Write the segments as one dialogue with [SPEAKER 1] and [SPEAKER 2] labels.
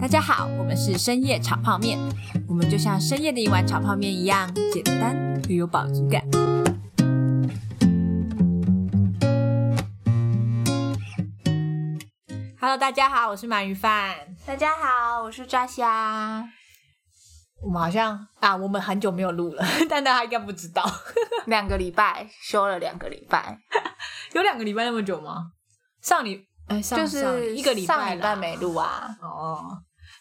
[SPEAKER 1] 大家好，我们是深夜炒泡面，我们就像深夜的一碗炒泡面一样简单又有饱足感。Hello，大家好，我是鳗鱼饭。
[SPEAKER 2] 大家好，我是抓虾。
[SPEAKER 1] 我们好像啊，我们很久没有录了， 但大家应该不知道，
[SPEAKER 2] 两个礼拜休了两个礼拜，
[SPEAKER 1] 有两个礼拜那么久吗？上礼哎，上
[SPEAKER 2] 就是
[SPEAKER 1] 上一个礼
[SPEAKER 2] 上
[SPEAKER 1] 拜
[SPEAKER 2] 礼
[SPEAKER 1] 啦
[SPEAKER 2] 拜没录啊，
[SPEAKER 1] 哦，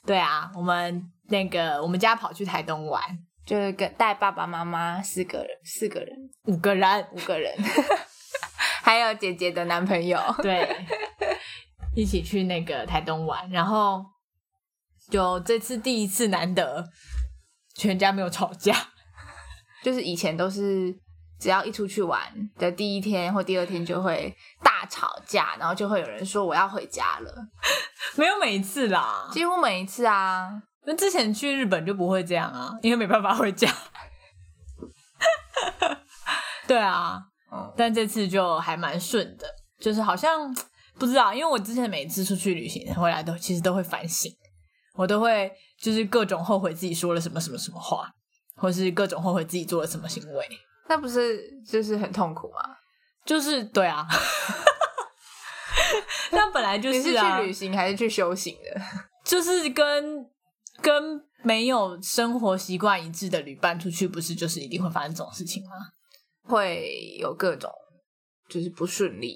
[SPEAKER 1] 对啊，我们那个我们家跑去台东玩，
[SPEAKER 2] 就是跟带爸爸妈妈四个人，四个人，
[SPEAKER 1] 五个人，
[SPEAKER 2] 五个人，还有姐姐的男朋友。
[SPEAKER 1] 对，一起去那个台东玩，然后就这次第一次难得全家没有吵架，
[SPEAKER 2] 就是以前都是只要一出去玩的第一天或第二天就会大吵架，然后就会有人说我要回家了，
[SPEAKER 1] 没有每一次啦。
[SPEAKER 2] 几乎每一次啊。
[SPEAKER 1] 那之前去日本就不会这样啊，因为没办法回家。对啊，
[SPEAKER 2] 嗯，
[SPEAKER 1] 但这次就还蛮顺的，就是好像不知道，因为我之前每次出去旅行回来都其实都会反省，我都会就是各种后悔自己说了什么什么什么话，或是各种后悔自己做了什么行为，
[SPEAKER 2] 那不是就是很痛苦吗？
[SPEAKER 1] 就是对啊。 那本来就
[SPEAKER 2] 你是
[SPEAKER 1] 啊，
[SPEAKER 2] 去旅行还是去修行的？
[SPEAKER 1] 就是跟跟没有生活习惯一致的旅伴出去，不是就是一定会发生这种事情吗？
[SPEAKER 2] 会有各种就是不顺利，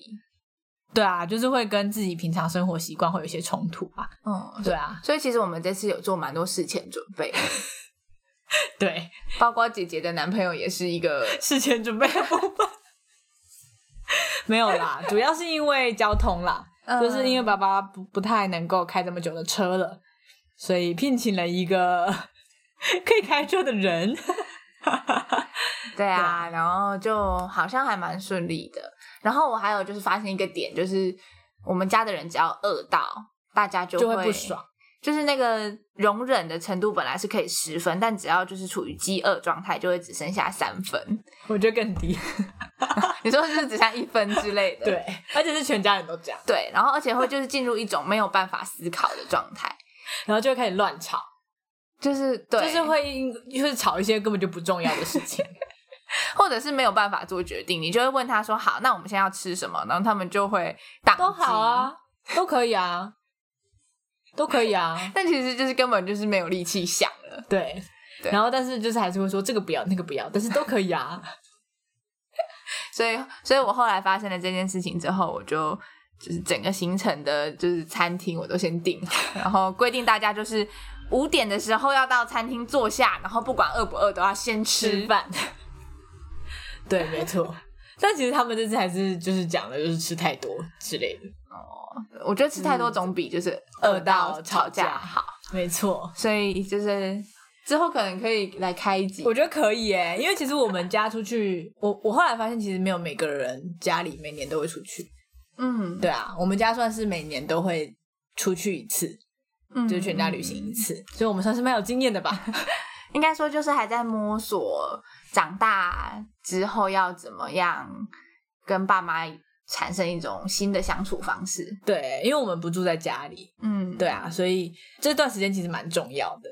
[SPEAKER 1] 对啊，就是会跟自己平常生活习惯会有一些冲突啊。
[SPEAKER 2] 嗯，
[SPEAKER 1] 对啊，
[SPEAKER 2] 所以其实我们这次有做蛮多事前准备，
[SPEAKER 1] 对，
[SPEAKER 2] 包括姐姐的男朋友也是一个，
[SPEAKER 1] 事前准备的部分。 没有 啦，主要是因为交通啦，
[SPEAKER 2] 嗯
[SPEAKER 1] 就是因为爸爸不不太能够开这么久的车了，所以聘请了一个 可以开车的人。
[SPEAKER 2] 对啊，然后就好像还蛮顺利的。然后我还有就是发现一个点，就是我们家的人只要饿到，大家就
[SPEAKER 1] 就
[SPEAKER 2] 会
[SPEAKER 1] 会不爽，
[SPEAKER 2] 就是那个容忍的程度本来是可以十分，但只要就是处于饥饿状态，就会只剩下三 分。
[SPEAKER 1] 我觉得更低。
[SPEAKER 2] 你说就是只剩一分之类的，
[SPEAKER 1] 对，而且是全家人都这样，
[SPEAKER 2] 对，然后而且会就是进入一种没有办法思考的状态，
[SPEAKER 1] 然后就会开始乱吵，
[SPEAKER 2] 就是对，
[SPEAKER 1] 就是会因 就是吵一些根本就不重要的事情。
[SPEAKER 2] 或者是没有办法做决定，你就会问他说：“好，那我们现在要吃什么？”然后他们就会 打
[SPEAKER 1] 都好。啊，都可以啊，都可以啊。
[SPEAKER 2] 但其实就是根本就是没有力气想了。
[SPEAKER 1] 对，
[SPEAKER 2] 对
[SPEAKER 1] 然后但是就是还是会说这个不要那个不要，但是都可以 啊。
[SPEAKER 2] 所以，所以我后来发生了这件事情之后，我就就是整个行程的，就是餐厅我都先 订好，然后规定大家就是五点的时候要到餐厅坐下，然后不管饿不饿都要先吃
[SPEAKER 1] 吃。 饭。对，没错。 但其实他们这次还是就是讲的，就是吃太多之类的。
[SPEAKER 2] 我觉得吃太多总比就是
[SPEAKER 1] 饿
[SPEAKER 2] 饿
[SPEAKER 1] 到
[SPEAKER 2] 到
[SPEAKER 1] 吵
[SPEAKER 2] 吵架
[SPEAKER 1] 架
[SPEAKER 2] 好，
[SPEAKER 1] 没错，
[SPEAKER 2] 所以就是之后可能可以来开一集
[SPEAKER 1] 我觉得可以耶，因为其实我们家出去，我我后来发现其实没有每个人家里每年都会出去。
[SPEAKER 2] 嗯，
[SPEAKER 1] 对啊，我们家算是每年都会出去一次，
[SPEAKER 2] 嗯
[SPEAKER 1] 就是全家旅行一次，所以我们算是蛮有经验的吧。
[SPEAKER 2] 应该说就是还在摸索长大之后要怎么样跟爸妈产生一种新的相处方式。
[SPEAKER 1] 对，因为我们不住在家里，
[SPEAKER 2] 嗯，
[SPEAKER 1] 对，啊，所以这段时间其实蛮重要的。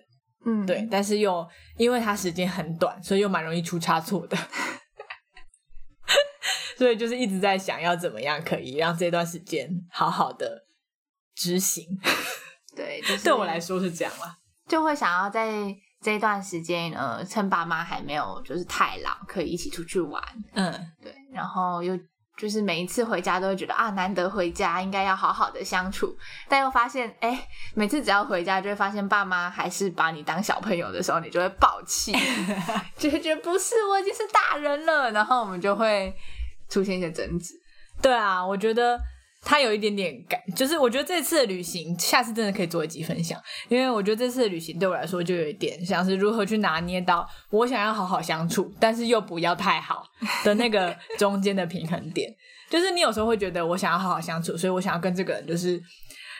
[SPEAKER 2] 嗯，
[SPEAKER 1] 对，，但是又因为它时间很短，所以又蛮容易出差错的。 所以就是一直在想要怎么样可以让这段时间好好的执行。
[SPEAKER 2] 对，就是
[SPEAKER 1] 对我来说是这样啦，
[SPEAKER 2] 就会想要在这段时间，呃，趁爸妈还没有就是太老，可以一起出去玩。
[SPEAKER 1] 嗯，
[SPEAKER 2] 对，然后又就是每一次回家都会觉得啊，难得回家，应该要好好的相处。但又发现，哎、每次只要回家，就会发现爸妈还是把你当小朋友的时候，你就会爆 气，就会觉得不是，我已经是大人了。然后我们就会出现一些争执。
[SPEAKER 1] 对啊，我觉得它有一点点感，就是我觉得这次的旅行，下次真的可以做一集分享，因为我觉得这次的旅行对我来说就有一点像是如何去拿捏到我想要好好相处，但是又不要太好的那个中间的平衡点。 就是你有时候会觉得我想要好好相处，所以我想要跟这个人就是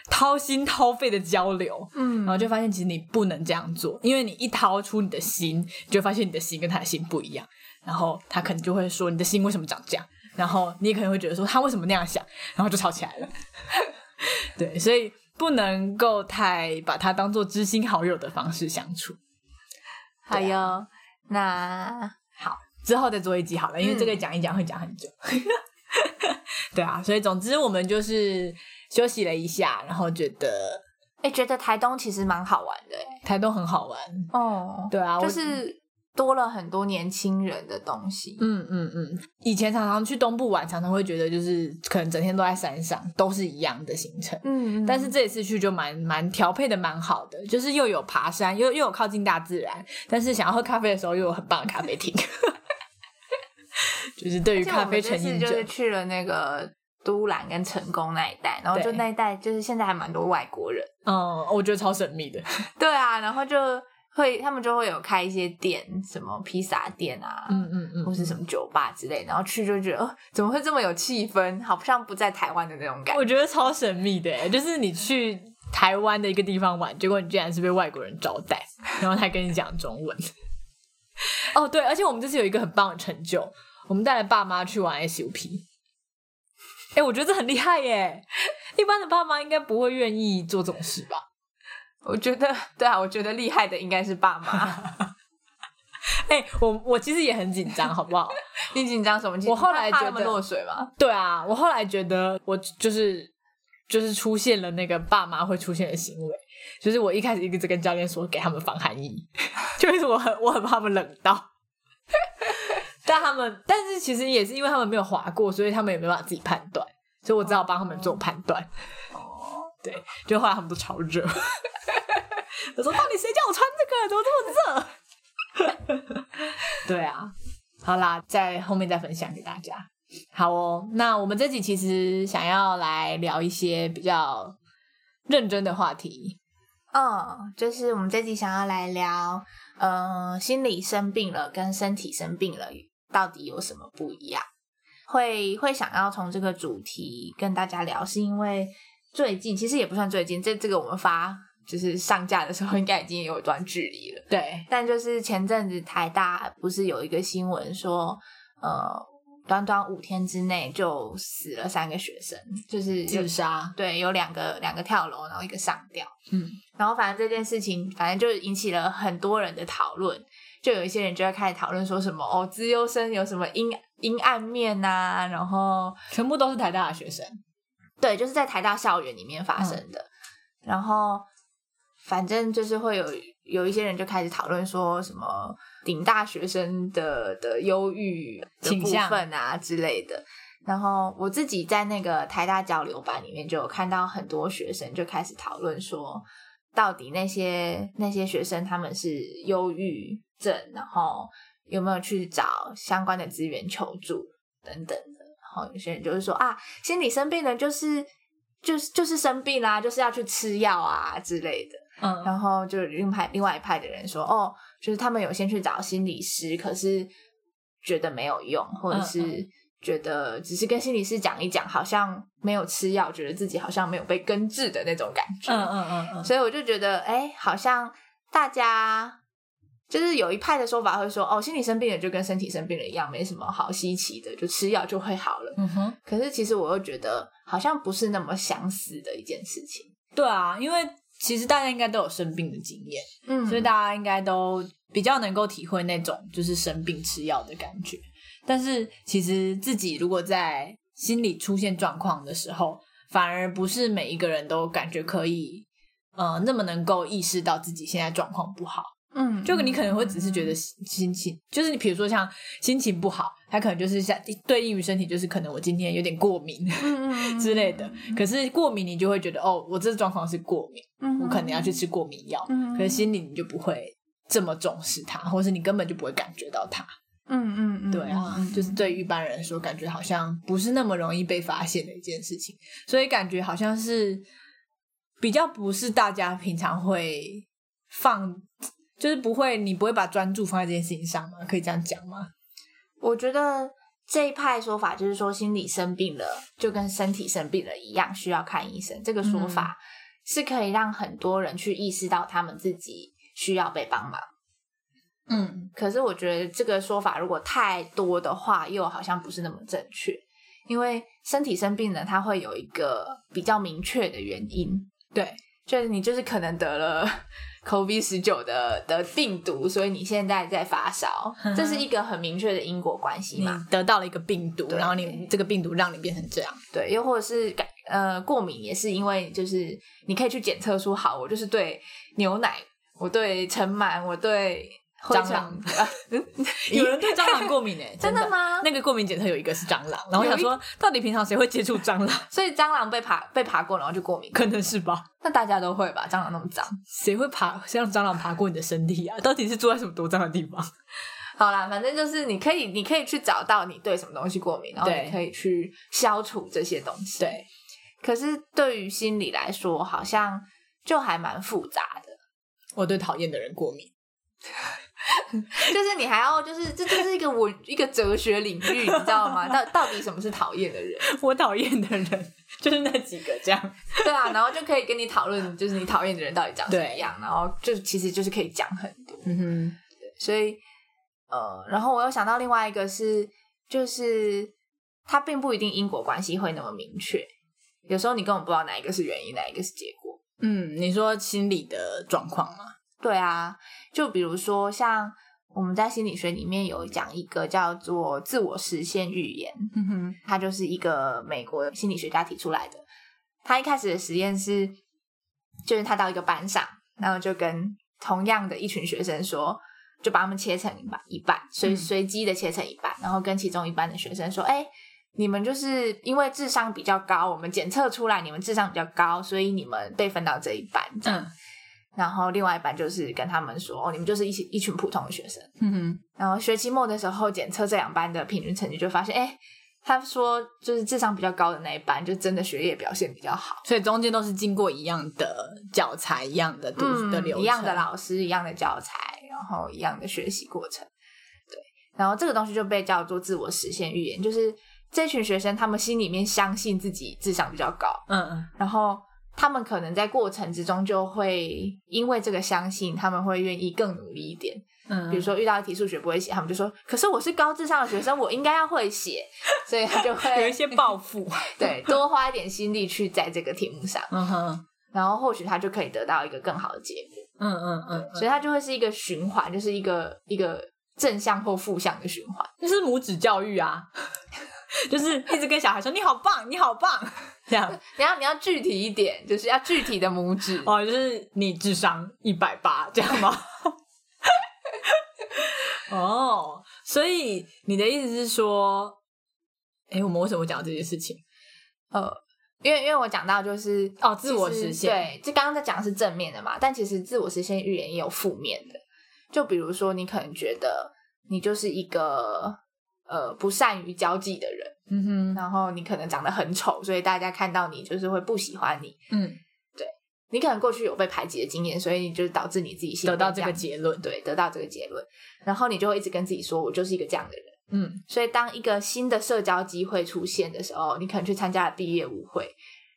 [SPEAKER 1] 掏心掏肺的交流，
[SPEAKER 2] 嗯
[SPEAKER 1] 然后就发现其实你不能这样做，因为你一掏出你的心，你就会发现你的心跟他的心不一样，然后他可能就会说你的心为什么长这样， 然后你也可能会觉得说他为什么那样想，然后就吵起来了。对，所以不能够太把他当做知心好友的方式相处。
[SPEAKER 2] 好哟，啊那
[SPEAKER 1] 好，之后再做一集好了，因为这个
[SPEAKER 2] 嗯
[SPEAKER 1] 讲一讲会讲很久。 对啊，所以总之我们就是休息了一下，然后觉得
[SPEAKER 2] 哎，觉得台东其实蛮好玩的哎，
[SPEAKER 1] 台东很好玩。
[SPEAKER 2] 哦，
[SPEAKER 1] 对啊，我
[SPEAKER 2] 就是多了很多年轻人的东西，
[SPEAKER 1] 嗯嗯嗯，以前常常去东部玩，常常会觉得就是可能整天都在山上，都是一样的行程。
[SPEAKER 2] 嗯
[SPEAKER 1] 但是这一次去就蛮蛮调配的蛮好的，就是又有爬山，又又有靠近大自然，但是想要喝咖啡的时候又有很棒的咖啡厅。 就是对于
[SPEAKER 2] 就
[SPEAKER 1] 咖啡
[SPEAKER 2] 这
[SPEAKER 1] 成
[SPEAKER 2] 次
[SPEAKER 1] 瘾
[SPEAKER 2] 就是
[SPEAKER 1] 者，
[SPEAKER 2] 去了那个都兰跟成功那一带，然后就
[SPEAKER 1] 对
[SPEAKER 2] 那一带就是现在还蛮多外国人，
[SPEAKER 1] 嗯，我觉得超神秘的。
[SPEAKER 2] 对啊，然后就会他们就会有开一些店，什么披萨店啊。
[SPEAKER 1] 嗯嗯嗯，
[SPEAKER 2] 或是什么酒吧之类，然后去就觉得，哦，怎么会这么有气氛？好像不在台湾的那种感觉。
[SPEAKER 1] 我觉得超神秘的欸，就是你去台湾的一个地方玩，结果你竟然是被外国人招待，然后他跟你讲中文。 哦，对，而且我们这次有一个很棒的成就，我们带了爸妈去玩 SUP。哎，我觉得这很厉害耶！一般的爸妈应该不会愿意做这种事吧？
[SPEAKER 2] 我觉得，对啊，我觉得厉害的应该是 爸妈。
[SPEAKER 1] 哎，我我其实也很紧张，好不好？
[SPEAKER 2] 你紧张什么？
[SPEAKER 1] 我后来
[SPEAKER 2] 怕
[SPEAKER 1] 觉
[SPEAKER 2] 他们
[SPEAKER 1] 得
[SPEAKER 2] 落水吗？
[SPEAKER 1] 对啊，我后来觉得我就是就是出现了那个爸妈会出现的行为，就是我一开始一直跟教练说给他们防寒衣， 就是我很我很怕他们冷到。 但他们，但是其实也是因为他们没有滑过，所以他们也没办法自己判断，所以我只好帮他们做判断。 对，就后来他们都超热。 我说到底谁叫我穿这个？怎么这么热？ 对啊，好啦，在后面再分享给大家。好哦，那我们这集其实想要来聊一些比较认真的话题。
[SPEAKER 2] 嗯，就是我们这集想要来聊，呃，心理生病了跟身体生病了到底有什么不一样？会会想要从这个主题跟大家聊，是因为最近其实也不算最近，这这个我们发就是上架的时候，应该已经有一段距离了。
[SPEAKER 1] 对，
[SPEAKER 2] 但就是前阵子台大不是有一个新闻说，呃，短短五天之内就死了三个学生，就是有
[SPEAKER 1] 自杀。
[SPEAKER 2] 对，有两个两个跳楼，然后一个上吊。
[SPEAKER 1] 嗯，
[SPEAKER 2] 然后反正这件事情，反正就引起了很多人的讨论，就有一些人就会开始讨论说什么哦，资优生有什么阴阴暗面呐、然后
[SPEAKER 1] 全部都是台大的学生。
[SPEAKER 2] 对，就是在台大校园里面发生
[SPEAKER 1] 嗯
[SPEAKER 2] 的。然后，反正就是会有有一些人就开始讨论说什么顶大学生的的忧郁的
[SPEAKER 1] 倾
[SPEAKER 2] 部
[SPEAKER 1] 向
[SPEAKER 2] 分啊之类的。然后我自己在那个台大交流版里面就有看到很多学生就开始讨论说，到底那些那些学生他们是忧郁症，然后有没有去找相关的资源求助等等的。然后有些人就是说啊，心理生病了就是就是就是生病啦、就是要去吃药啊之类的。
[SPEAKER 1] 嗯，
[SPEAKER 2] 然后就另派另外一派的人说，哦，就是他们有先去找心理师，可是觉得没有用，或者
[SPEAKER 1] 嗯
[SPEAKER 2] 是觉得只是跟心理师讲一讲，好像没有吃药，觉得自己好像没有被根治的那种感觉。
[SPEAKER 1] 嗯嗯嗯嗯，
[SPEAKER 2] 所以我就觉得，哎、好像大家就是有一派的说法会说，哦，心理生病了就跟身体生病了一样，没什么好稀奇的，就吃药就会好了。
[SPEAKER 1] 嗯哼，
[SPEAKER 2] 可是其实我又觉得，好像不是那么相似的一件事情。
[SPEAKER 1] 对啊，因为其实大家应该都有生病的经验，
[SPEAKER 2] 嗯
[SPEAKER 1] 所以大家应该都比较能够体会那种就是生病吃药的感觉。但是其实自己如果在心理出现状况的时候，反而不是每一个人都感觉可以，呃，那么能够意识到自己现在状况不好。
[SPEAKER 2] 嗯，
[SPEAKER 1] 就你可能会只是觉得心心情，就是你比如说像心情不好，他可能就是像对应于身体，就是可能我今天有点过敏
[SPEAKER 2] 嗯嗯
[SPEAKER 1] 之类的。可是过敏你就会觉得哦，我这状况是过敏，
[SPEAKER 2] 嗯
[SPEAKER 1] 我可能要去吃过敏药。
[SPEAKER 2] 嗯
[SPEAKER 1] 可是心里你就不会这么重视它，或是你根本就不会感觉到它。
[SPEAKER 2] 嗯嗯，
[SPEAKER 1] 对啊，就是对于一般人来说，感觉好像不是那么容易被发现的一件事情，所以感觉好像是比较不是大家平常会放，就是不会，你不会把专注放在这件事情上吗？可以这样讲吗？
[SPEAKER 2] 我觉得这一派说法就是说，心理生病了就跟身体生病了一样，需要看医生。这个说法是可以让很多人去意识到他们自己需要被帮忙。
[SPEAKER 1] 嗯，
[SPEAKER 2] 可是我觉得这个说法如果太多的话，又好像不是那么正确，因为身体生病了，它会有一个比较明确的原因。
[SPEAKER 1] 对，
[SPEAKER 2] 就是你就是可能得了 COVID 十九的的病毒，所以你现在在发烧，
[SPEAKER 1] 嗯
[SPEAKER 2] 这是一个很明确的因果关系
[SPEAKER 1] 你
[SPEAKER 2] 嘛？
[SPEAKER 1] 得到了一个病毒，
[SPEAKER 2] 对
[SPEAKER 1] 然后你这个病毒让你变成这样，
[SPEAKER 2] 对，又或者是感呃过敏，也是因为就是你可以去检测出，好，我就是对牛奶，我对尘螨，我对灰
[SPEAKER 1] 蟑
[SPEAKER 2] 尘
[SPEAKER 1] 螂，
[SPEAKER 2] 呃嗯
[SPEAKER 1] 有人对蟑螂过敏 哎、
[SPEAKER 2] 真的？吗？
[SPEAKER 1] 那个过敏检测有一个是蟑螂，然后我
[SPEAKER 2] 有
[SPEAKER 1] 想
[SPEAKER 2] 一
[SPEAKER 1] 说，到底平常谁会接触蟑螂？
[SPEAKER 2] 所以蟑螂被爬被爬过，然后就过敏，
[SPEAKER 1] 可能是吧？
[SPEAKER 2] 那大家都会吧？蟑螂那么脏。
[SPEAKER 1] 谁会爬？谁让蟑螂爬过你的身体啊？到底是住在什么多脏的地方？
[SPEAKER 2] 好啦，反正就是你可以，你可以去找到你对什么东西过敏，然后
[SPEAKER 1] 对
[SPEAKER 2] 你可以去消除这些东西。，
[SPEAKER 1] 对，
[SPEAKER 2] 可是对于心理来说，好像就还蛮复杂的，
[SPEAKER 1] 我对讨厌的人过敏。
[SPEAKER 2] 就是你还要就是这这是一个我一个哲学领域，你知道 吗？到到底什么是讨厌的人？
[SPEAKER 1] 我讨厌的人就是那几个这样。
[SPEAKER 2] 对啊，然后就可以跟你讨论，就是你讨厌的人到底长什么
[SPEAKER 1] 对
[SPEAKER 2] 样，然后就其实就是可以讲很多。
[SPEAKER 1] 嗯
[SPEAKER 2] 所以呃，然后我又想到另外一个是，就是它并不一定因果关系会那么明确，有时候你根本不知道哪一个是原因，哪一个是结果。
[SPEAKER 1] 嗯，你说心理的状况吗？
[SPEAKER 2] 对啊，就比如说像我们在心理学里面有讲一个叫做自我实现预言，
[SPEAKER 1] 嗯哼，
[SPEAKER 2] 它就是一个美国心理学家提出来的。他一开始的实验是，就是他到一个班上，然后就跟同样的一群学生说，就把他们切成一半，一半随
[SPEAKER 1] 嗯
[SPEAKER 2] 随机的切成一半，然后跟其中一半的学生说，哎、你们就是因为智商比较高，我们检测出来你们智商比较高，所以你们被分到这一班。这样
[SPEAKER 1] 嗯
[SPEAKER 2] 然后另外一班就是跟他们说，哦，你们就是一起一群普通的学生。
[SPEAKER 1] 嗯哼，
[SPEAKER 2] 然后学期末的时候检测这两班的平均成绩，就发现，哎，他说就是智商比较高的那一班，就真的学业表现比较好，
[SPEAKER 1] 所以中间都是经过一样的教材、嗯一样的读的流程、
[SPEAKER 2] 嗯一样的。老师，一样的教材，然后一样的学习过程，对。然后这个东西就被叫做自我实现预言，就是这群学生他们心里面相信自己智商比较高，
[SPEAKER 1] 嗯
[SPEAKER 2] 然后他们可能在过程之中就会因为这个相信，他们会愿意更努力一点。
[SPEAKER 1] 嗯，
[SPEAKER 2] 比如说遇到一题数学不会写，他们就说：“可是我是高智商的学生，我应该要会写。”所以他 就
[SPEAKER 1] 有
[SPEAKER 2] 会
[SPEAKER 1] 一些报复。
[SPEAKER 2] 对多花一点心力去在这个题目上，
[SPEAKER 1] 嗯哼，
[SPEAKER 2] 然后或许他就可以得到一个更好的结果。
[SPEAKER 1] 嗯嗯嗯，
[SPEAKER 2] 所以它就会是一个循环，就是一个一个正向或负向的循环。
[SPEAKER 1] 这是母子教育啊， 就是一直跟小孩说你好棒，你好棒，这样
[SPEAKER 2] 你要你要具体一点，就是要具体的拇指。
[SPEAKER 1] 哦，就是你智商一百八这样吗？ 哦，所以你的意思是说，哎，我们为什么讲这件事情？
[SPEAKER 2] 呃，因为因为我讲到就是
[SPEAKER 1] 哦自我实现
[SPEAKER 2] 对，就刚刚在讲的是正面的嘛，但其实自我实现预言也有负面的，就比如说你可能觉得你就是一个呃不善于交际的人，
[SPEAKER 1] 嗯哼，
[SPEAKER 2] 然后你可能长得很丑，所以大家看到你就是会不喜欢你，
[SPEAKER 1] 嗯，
[SPEAKER 2] 你可能过去有被排挤的经验，所以就导致你自己心里
[SPEAKER 1] 得
[SPEAKER 2] 面
[SPEAKER 1] 到这
[SPEAKER 2] 样
[SPEAKER 1] 个结论，
[SPEAKER 2] 对，得到这个结论，然后你就会一直跟自己说，我就是一个这样的人。
[SPEAKER 1] 嗯
[SPEAKER 2] 所以，当一个新的社交机会出现的时候，你可能去参加了毕业舞会，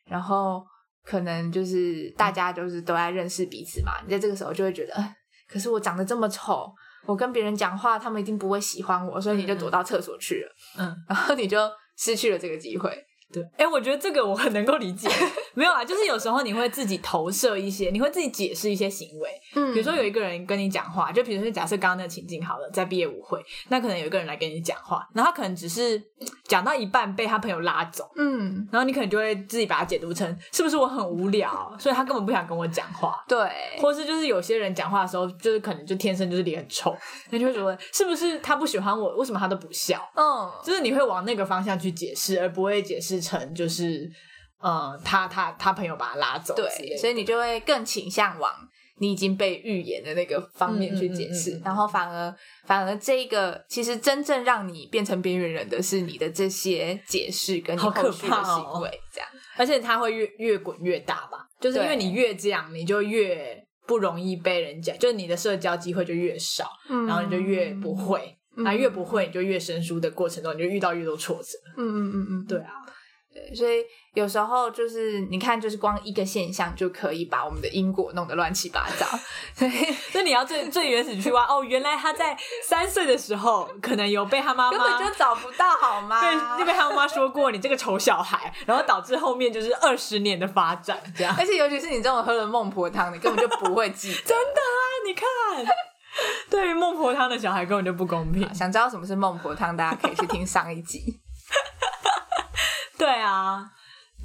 [SPEAKER 2] 然后可能就是大家就是都在认识彼此嘛。你在这个时候就会觉得，呃可是我长得这么丑，我跟别人讲话，他们一定不会喜欢我，所以你就躲到厕所去了，
[SPEAKER 1] 嗯。
[SPEAKER 2] 然后你就失去了这个机会。
[SPEAKER 1] 对，哎、我觉得这个我很能够理解。没有啦，啊就是有时候你会自己投射一些，你会自己解释一些行为。
[SPEAKER 2] 嗯
[SPEAKER 1] 比如说有一个人跟你讲话，就比如说假设刚刚那个情境好了，在毕业舞会，那可能有一个人来跟你讲话，然后他可能只是嗯讲到一半被他朋友拉走，
[SPEAKER 2] 嗯，
[SPEAKER 1] 然后你可能就会自己把它解读成是不是我很无聊，所以他根本不想跟我讲话。
[SPEAKER 2] 对，
[SPEAKER 1] 或是就是有些人讲话的时候，就是可能就天生就是脸很臭，那就会觉得是不是他不喜欢我，为什么他都不笑？
[SPEAKER 2] 嗯，
[SPEAKER 1] 就是你会往那个方向去解释，而不会解释成就是，呃，他他他朋友把他拉走之类的，
[SPEAKER 2] 对，所以你就会更倾向往你已经被预言的那个方面去解
[SPEAKER 1] 嗯
[SPEAKER 2] 释，
[SPEAKER 1] 嗯嗯嗯嗯
[SPEAKER 2] 然后反而反而这个其实真正让你变成边缘人的是你的这些解释跟你
[SPEAKER 1] 好可
[SPEAKER 2] 后续的
[SPEAKER 1] 怕哦
[SPEAKER 2] 行为，这样
[SPEAKER 1] 而且他会越越滚越大吧，就是因为
[SPEAKER 2] 对
[SPEAKER 1] 你越这样，你就越不容易被人家，就是你的社交机会就越少，
[SPEAKER 2] 嗯
[SPEAKER 1] 然后你就越不会，
[SPEAKER 2] 嗯
[SPEAKER 1] 啊，越不会你就越生疏的过程中，你就遇到越多挫折，
[SPEAKER 2] 嗯嗯嗯嗯，
[SPEAKER 1] 对啊，
[SPEAKER 2] 对，所以有时候就是你看，就是光一个现象就可以把我们的因果弄得乱七八 糟。所以
[SPEAKER 1] 所以你要最最原始去挖哦，原来他在三岁的时候可能有被他妈
[SPEAKER 2] 根
[SPEAKER 1] 妈
[SPEAKER 2] 本就找不到，好 吗？
[SPEAKER 1] 对，就被他妈妈说过你这个丑小孩，然后导致后面 就是二十年的发展这样。
[SPEAKER 2] 而且尤其是你这种喝了孟婆汤，你根本就不会记
[SPEAKER 1] 哎真的啊，你看， 对于孟婆汤的小孩根本就不公平
[SPEAKER 2] 得。。啊想知道什么是孟婆汤，大家可以去听上一集。
[SPEAKER 1] 对啊，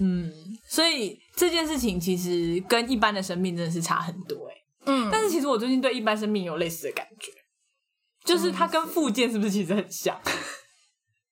[SPEAKER 1] 嗯，所以这件事情其实跟一般的生病真的是差很多哎、
[SPEAKER 2] 嗯，
[SPEAKER 1] 但是其实我最近对一般生病有类似的感觉，就是它跟附件是不是其实很像？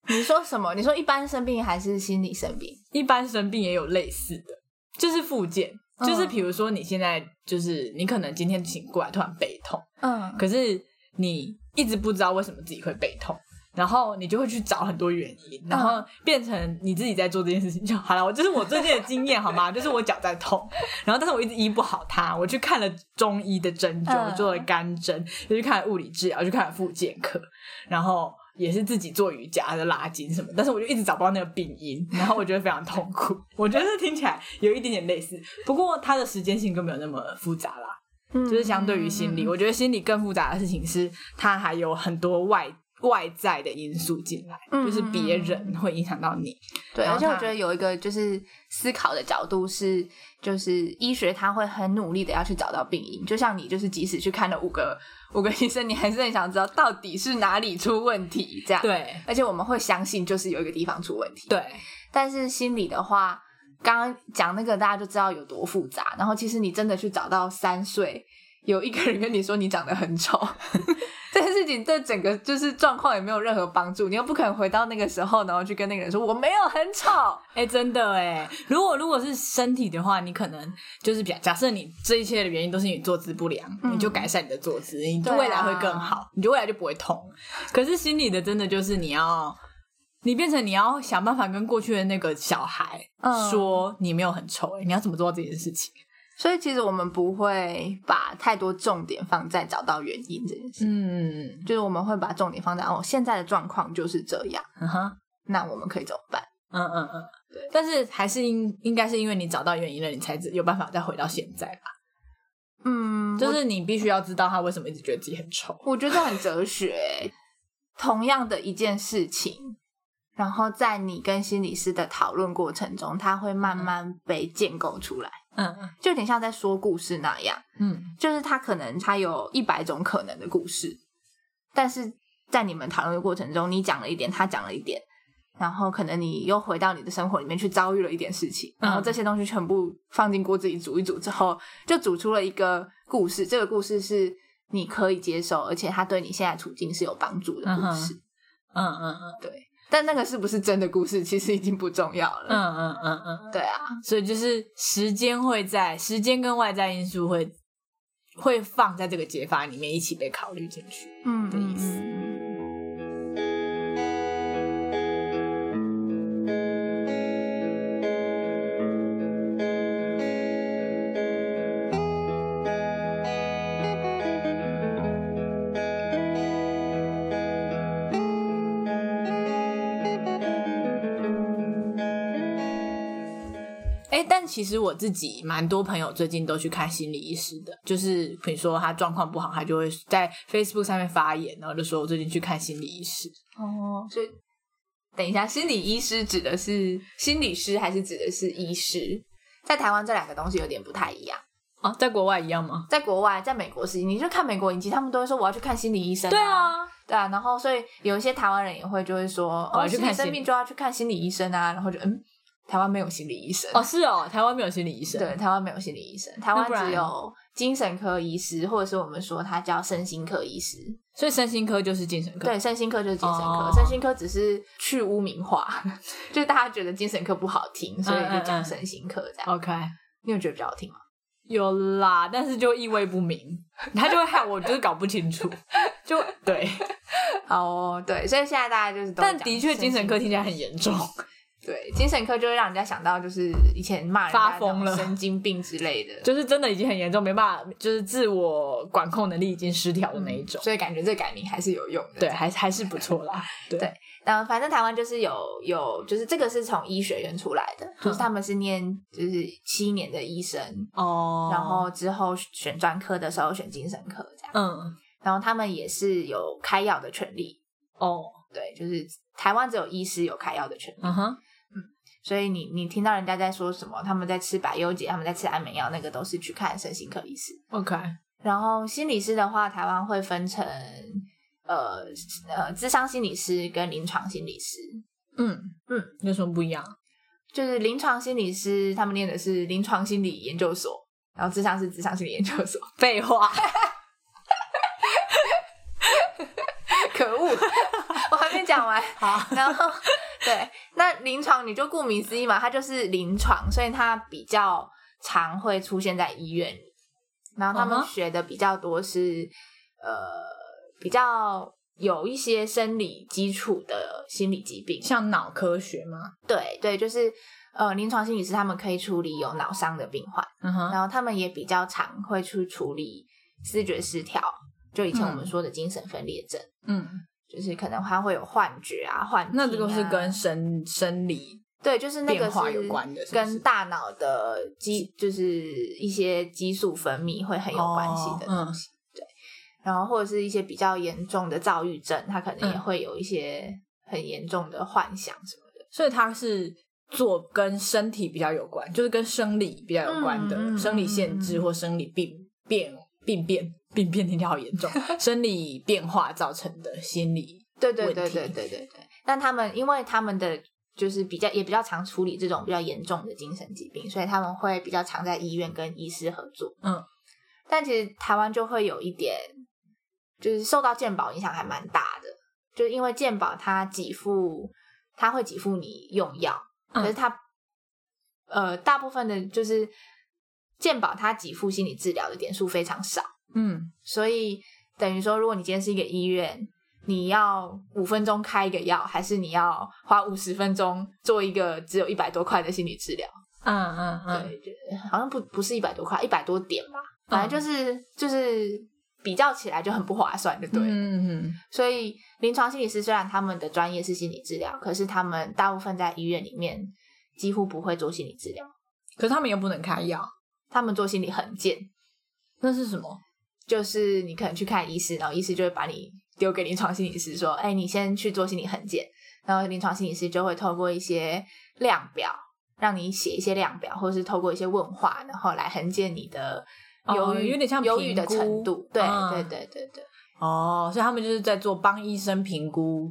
[SPEAKER 2] 你说什么？你说一般生病还是心理生病？
[SPEAKER 1] 一般生病也有类似的，就是附件，
[SPEAKER 2] 嗯
[SPEAKER 1] 就是比如说你现在就是你可能今天醒过来突然背痛，
[SPEAKER 2] 嗯，
[SPEAKER 1] 可是你一直不知道为什么自己会背痛。然后你就会去找很多原因，然
[SPEAKER 2] 嗯
[SPEAKER 1] 后变成你自己在做这件事情就好了。我这是我最近的经验，好 吗？就是我脚在痛，然后但是我一直医不好它，我去看了中医的针灸，
[SPEAKER 2] 嗯
[SPEAKER 1] 我做了干针，又去看了物理治疗，又去看了复健科，然后也是自己做瑜伽的拉筋什么，但是我就一直找不到那个病因，然后我觉得非常痛苦。我觉得听起来有一点点类似，不过它的时间性就没有那么复杂啦。就是相对于心理，
[SPEAKER 2] 嗯，
[SPEAKER 1] 我觉得心理更复杂的事情是，它还有很多外外在的因素进来，
[SPEAKER 2] 嗯
[SPEAKER 1] 就是别
[SPEAKER 2] 嗯嗯
[SPEAKER 1] 人会影响到你。
[SPEAKER 2] 对，
[SPEAKER 1] 然后
[SPEAKER 2] 而且我
[SPEAKER 1] 他
[SPEAKER 2] 觉得有一个就是思考的角度是，就是医学他会很努力的要去找到病因，就像你就是即使去看了五个 五个医生，你还是很想知道到底是哪里出问题这样。，
[SPEAKER 1] 对
[SPEAKER 2] 而且我们会相信就是有一个地方出问题。
[SPEAKER 1] 啊对，
[SPEAKER 2] 但是心理的话，刚刚讲那个大家就知道有多复杂。然后其实你真的去找到三岁有一个人跟你说你长得很 丑，这件事情对整个就是状况也没有任何帮助。你又不肯回到那个时候，然后去跟那个人说我没有很丑。
[SPEAKER 1] 哎、真的哎，如果如果是身体的话，你可能就是比较，假设你这一切的原因都是你坐姿不良，
[SPEAKER 2] 嗯
[SPEAKER 1] 你就改善你的坐姿，你
[SPEAKER 2] 对啊
[SPEAKER 1] 未来会更好，你就未来就不会痛。可是心理的真的就是你要。你变成你要想办法跟过去的那个小孩
[SPEAKER 2] 嗯
[SPEAKER 1] 说你没有很丑、哎你要怎么做到这件事情？
[SPEAKER 2] 所以其实我们不会把太多重点放在找到原因这件事，
[SPEAKER 1] 嗯，
[SPEAKER 2] 就是我们会把重点放在哦现在的状况就是这样，
[SPEAKER 1] 嗯哼。
[SPEAKER 2] 那我们可以怎么办？
[SPEAKER 1] 嗯嗯嗯
[SPEAKER 2] 对，
[SPEAKER 1] 但是还是应应该是因为你找到原因了，你才有办法再回到现在吧。
[SPEAKER 2] 嗯，
[SPEAKER 1] 就是你必须要知道他为什么一直觉得自己很丑。
[SPEAKER 2] 我觉得很哲学。欸同样的一件事情，然后在你跟心理师的讨论过程中，它会慢慢被建构出来，
[SPEAKER 1] 嗯
[SPEAKER 2] 就有点像在说故事那样。
[SPEAKER 1] 嗯
[SPEAKER 2] 就是它可能它有一百种可能的故事，但是在你们讨论的过程中，你讲了一点，他讲了一点，然后可能你又回到你的生活里面去遭遇了一点事情，
[SPEAKER 1] 嗯
[SPEAKER 2] 然后这些东西全部放进锅子里煮一煮之后，就煮出了一个故事。这个故事是你可以接受，而且它对你现在处境是有帮助的故事。
[SPEAKER 1] 嗯嗯嗯
[SPEAKER 2] 对，但那个是不是真的故事，其实已经不重要了。
[SPEAKER 1] 嗯嗯嗯嗯，
[SPEAKER 2] 对啊，
[SPEAKER 1] 所以就是时间会在时间跟外在因素会会放在这个解法里面一起被考虑进去。
[SPEAKER 2] 嗯
[SPEAKER 1] 的意思
[SPEAKER 2] 嗯
[SPEAKER 1] 哎，但其实我自己蛮多朋友最近都去看心理医师的，就是比如说他状况不好，他就会在 Facebook 上面发言，然后就说我最近去看心理医师。
[SPEAKER 2] 哦，所以等一下，心理医师指的是心理师还是指的是医师？在台湾这两个东西有点不太一样。
[SPEAKER 1] 哦，在国外一样吗？
[SPEAKER 2] 在国外，在美国是，你就看美国影集，他们都会说我要去看心理医生、
[SPEAKER 1] 对，啊，
[SPEAKER 2] 对啊，然后所以有一些台湾人也会就会说，
[SPEAKER 1] 我
[SPEAKER 2] 哦，
[SPEAKER 1] 要去
[SPEAKER 2] 心理
[SPEAKER 1] 看心
[SPEAKER 2] 生病就要去看心理医生啊，然后就嗯，台湾没有心理医生。
[SPEAKER 1] 哦，是哦，台湾没有心理医生。
[SPEAKER 2] 对，台湾没有心理医生，台
[SPEAKER 1] 那
[SPEAKER 2] 湾
[SPEAKER 1] 不然
[SPEAKER 2] 只有精神科医师，或者是我们说它叫身心科医师。
[SPEAKER 1] 所以身心科就是精神科。，
[SPEAKER 2] 对，身心科就是精神科，
[SPEAKER 1] 哦
[SPEAKER 2] 身心科只是去污名化， 就是大家觉得精神科不好听，所以就
[SPEAKER 1] 嗯嗯
[SPEAKER 2] 讲
[SPEAKER 1] 嗯
[SPEAKER 2] 身心科这样。
[SPEAKER 1] ，OK，
[SPEAKER 2] 你有觉得比较好听 吗？
[SPEAKER 1] 有啦，但是就意味不 明，他就会害我就是搞不清楚，就对。
[SPEAKER 2] 好哦，对，所以现在大家就是都
[SPEAKER 1] 但
[SPEAKER 2] 讲
[SPEAKER 1] 的确，
[SPEAKER 2] 身心
[SPEAKER 1] 精神科听起来很严重，
[SPEAKER 2] 对，精神科就会让人家想到就是以前骂人家
[SPEAKER 1] 发疯
[SPEAKER 2] 那
[SPEAKER 1] 了
[SPEAKER 2] 种神经病之类的，
[SPEAKER 1] 就是真的已经很严重，没办法，就是自我管控能力已经失调的那一种。
[SPEAKER 2] 所以感觉这改名还是有用的。
[SPEAKER 1] 对，还还是不错啦。对
[SPEAKER 2] 嗯对嗯，反正台湾就是有有，就是这个是从医学院出来的，
[SPEAKER 1] 嗯
[SPEAKER 2] 就是他们是念就是七年的医生，
[SPEAKER 1] 哦
[SPEAKER 2] 然后之后选专科的时候选精神科这样，
[SPEAKER 1] 嗯，
[SPEAKER 2] 然后他们也是有开药的权利，
[SPEAKER 1] 哦，
[SPEAKER 2] 对，就是台湾只有医师有开药的权利，
[SPEAKER 1] 嗯哼，
[SPEAKER 2] 所以你你听到人家在说什么，他们在吃百忧解，他们在吃安眠药，那个都是去看身心科医师。
[SPEAKER 1] ，OK，
[SPEAKER 2] 然后心理师的话，台湾会分成呃呃，智商心理师跟临床心理师。
[SPEAKER 1] 嗯
[SPEAKER 2] 嗯，
[SPEAKER 1] 有什么不一样？
[SPEAKER 2] 就是临床心理师，他们念的是临床心理研究所，然后智商是智商心理研究所。
[SPEAKER 1] 废 话，
[SPEAKER 2] 可 恶，我还没讲完。
[SPEAKER 1] 好，
[SPEAKER 2] 然后对，那临床你就顾名思义嘛，它就是临床，所以它比较常会出现在医院里。然后他们
[SPEAKER 1] 嗯哼
[SPEAKER 2] 学的比较多是、呃比较有一些生理基础的心理疾病。
[SPEAKER 1] 像脑科学吗？
[SPEAKER 2] 对对，就是呃临床心理师他们可以处理有脑伤的病患，
[SPEAKER 1] 嗯哼，
[SPEAKER 2] 然后他们也比较常会去处理视觉失调，就以前我们
[SPEAKER 1] 嗯
[SPEAKER 2] 说的精神分裂症。
[SPEAKER 1] 嗯，
[SPEAKER 2] 就是可能还会有幻觉啊、幻听啊
[SPEAKER 1] 那这个是跟生生理
[SPEAKER 2] 对，就是那个
[SPEAKER 1] 变
[SPEAKER 2] 是
[SPEAKER 1] 化有关的是不是
[SPEAKER 2] 跟大脑的激就是一些激素分泌会很有关系的
[SPEAKER 1] 哦嗯
[SPEAKER 2] 东西。对，然后或者是一些比较严重的躁郁症，它可能也
[SPEAKER 1] 嗯
[SPEAKER 2] 会有一些很严重的幻想什么的。
[SPEAKER 1] 所以它是做跟身体比较有关，就是跟生理比较有关的、
[SPEAKER 2] 嗯嗯
[SPEAKER 1] 生理限制或生理病变病变病变听起来好 严重，生理变化造成的心理。
[SPEAKER 2] 对对
[SPEAKER 1] 问
[SPEAKER 2] 对
[SPEAKER 1] 题
[SPEAKER 2] 对对对对。但他们因为他们的就是比较也比较常处理这种比较严重的精神疾病，所以他们会比较常在医院跟医师合作。
[SPEAKER 1] 嗯，
[SPEAKER 2] 但其实台湾就会有一点，就是受到健保影响还蛮大的，就是因为健保它给付，它会给付你用药，
[SPEAKER 1] 嗯
[SPEAKER 2] 可是它、呃大部分的就是健保它给付心理治疗的点数非常少，
[SPEAKER 1] 嗯，
[SPEAKER 2] 所以等于说，如果你今天是一个医院。你要五分钟开一个药，还是你要花五十分钟做一个只有一百多块的心理治疗？
[SPEAKER 1] 嗯嗯嗯，
[SPEAKER 2] 对，就好像不不是一百多块，一百多点吧，
[SPEAKER 1] 嗯
[SPEAKER 2] 反正就是、就是比较起来就很不划算，就对了。
[SPEAKER 1] 嗯嗯
[SPEAKER 2] 所以临床心理师虽然他们的专业是心理治疗，可是他们大部分在医院里面几乎不会做心理治疗，
[SPEAKER 1] 可是他们又不能开药，
[SPEAKER 2] 他们做心理横件，
[SPEAKER 1] 那是什么？
[SPEAKER 2] 就是你可能去看医师，然后医师就会把你丢给临床心理师说：“哎、你先去做心理横件。”然后临床心理师就会透过一些量表，让你写一些量表，或是透过一些问话，然后来横见你的忧
[SPEAKER 1] 哦
[SPEAKER 2] 郁、
[SPEAKER 1] 有点像
[SPEAKER 2] 忧郁的
[SPEAKER 1] 评估
[SPEAKER 2] 程度。对、
[SPEAKER 1] 嗯
[SPEAKER 2] 对对对对
[SPEAKER 1] 哦，所以他们就是在做帮医生评估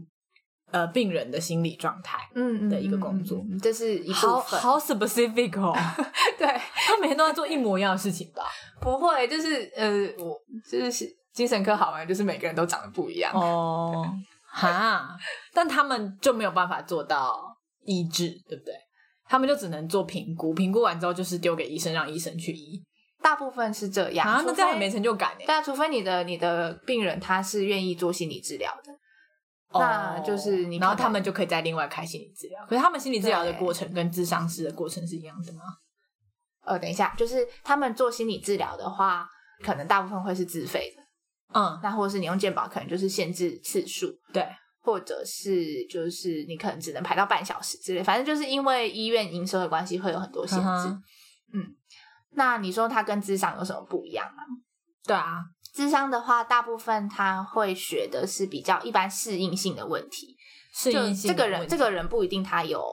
[SPEAKER 1] 呃病人的心理状态。
[SPEAKER 2] 嗯
[SPEAKER 1] 的一个工作，
[SPEAKER 2] 嗯嗯这是一部分。
[SPEAKER 1] 好好 specific 哦，
[SPEAKER 2] 对，
[SPEAKER 1] 他每天都在做一模一样的事情吧？
[SPEAKER 2] 不会，就是呃，我就是精神科好玩，就是每个人都长得不一样。
[SPEAKER 1] 哦，哈，但他们就没有办法做到医治，对不对？他们就只能做评估，评估完之后就是丢给医生，让医生去医。
[SPEAKER 2] 大部分是这样
[SPEAKER 1] 啊，那这样很没
[SPEAKER 2] 没。
[SPEAKER 1] 成就感哎。
[SPEAKER 2] 对啊，除非你的你的病人他是愿意做心理治疗的，那就是你
[SPEAKER 1] 哦然后
[SPEAKER 2] 可能
[SPEAKER 1] 他们就可以再另外开心理治疗。可是他们心理治疗的
[SPEAKER 2] 对
[SPEAKER 1] 过程跟智商师的过程是一样的吗？
[SPEAKER 2] 呃，等一下，就是他们做心理治疗的话，可能大部分会是自费的，
[SPEAKER 1] 嗯，
[SPEAKER 2] 那或者是你用健保，可能就是限制次数，
[SPEAKER 1] 对，
[SPEAKER 2] 或者是就是你可能只能排到半小时之类，反正就是因为医院营收的关系，会有很多限制。
[SPEAKER 1] 嗯哼
[SPEAKER 2] 嗯，那你说它跟智商有什么不一样吗？
[SPEAKER 1] 对啊，
[SPEAKER 2] 智商的话，大部分他会学的是比较一般适应性的问题，
[SPEAKER 1] 适应
[SPEAKER 2] 就
[SPEAKER 1] 性
[SPEAKER 2] 这个
[SPEAKER 1] 的
[SPEAKER 2] 人
[SPEAKER 1] 问
[SPEAKER 2] 这
[SPEAKER 1] 题
[SPEAKER 2] 个人不一定他有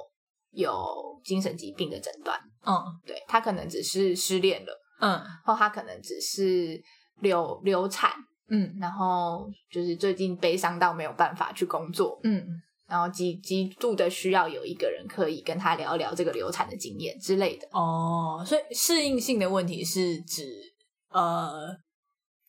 [SPEAKER 2] 有精神疾病的诊断，
[SPEAKER 1] 嗯
[SPEAKER 2] 对他可能只是失恋了，
[SPEAKER 1] 嗯
[SPEAKER 2] 或他可能只是流流产，
[SPEAKER 1] 嗯
[SPEAKER 2] 然后就是最近悲伤到没有办法去工作，
[SPEAKER 1] 嗯
[SPEAKER 2] 然后极极度的需要有一个人可以跟他聊一聊这个流产的经验之类的。
[SPEAKER 1] 哦，所以适应性的问题是指呃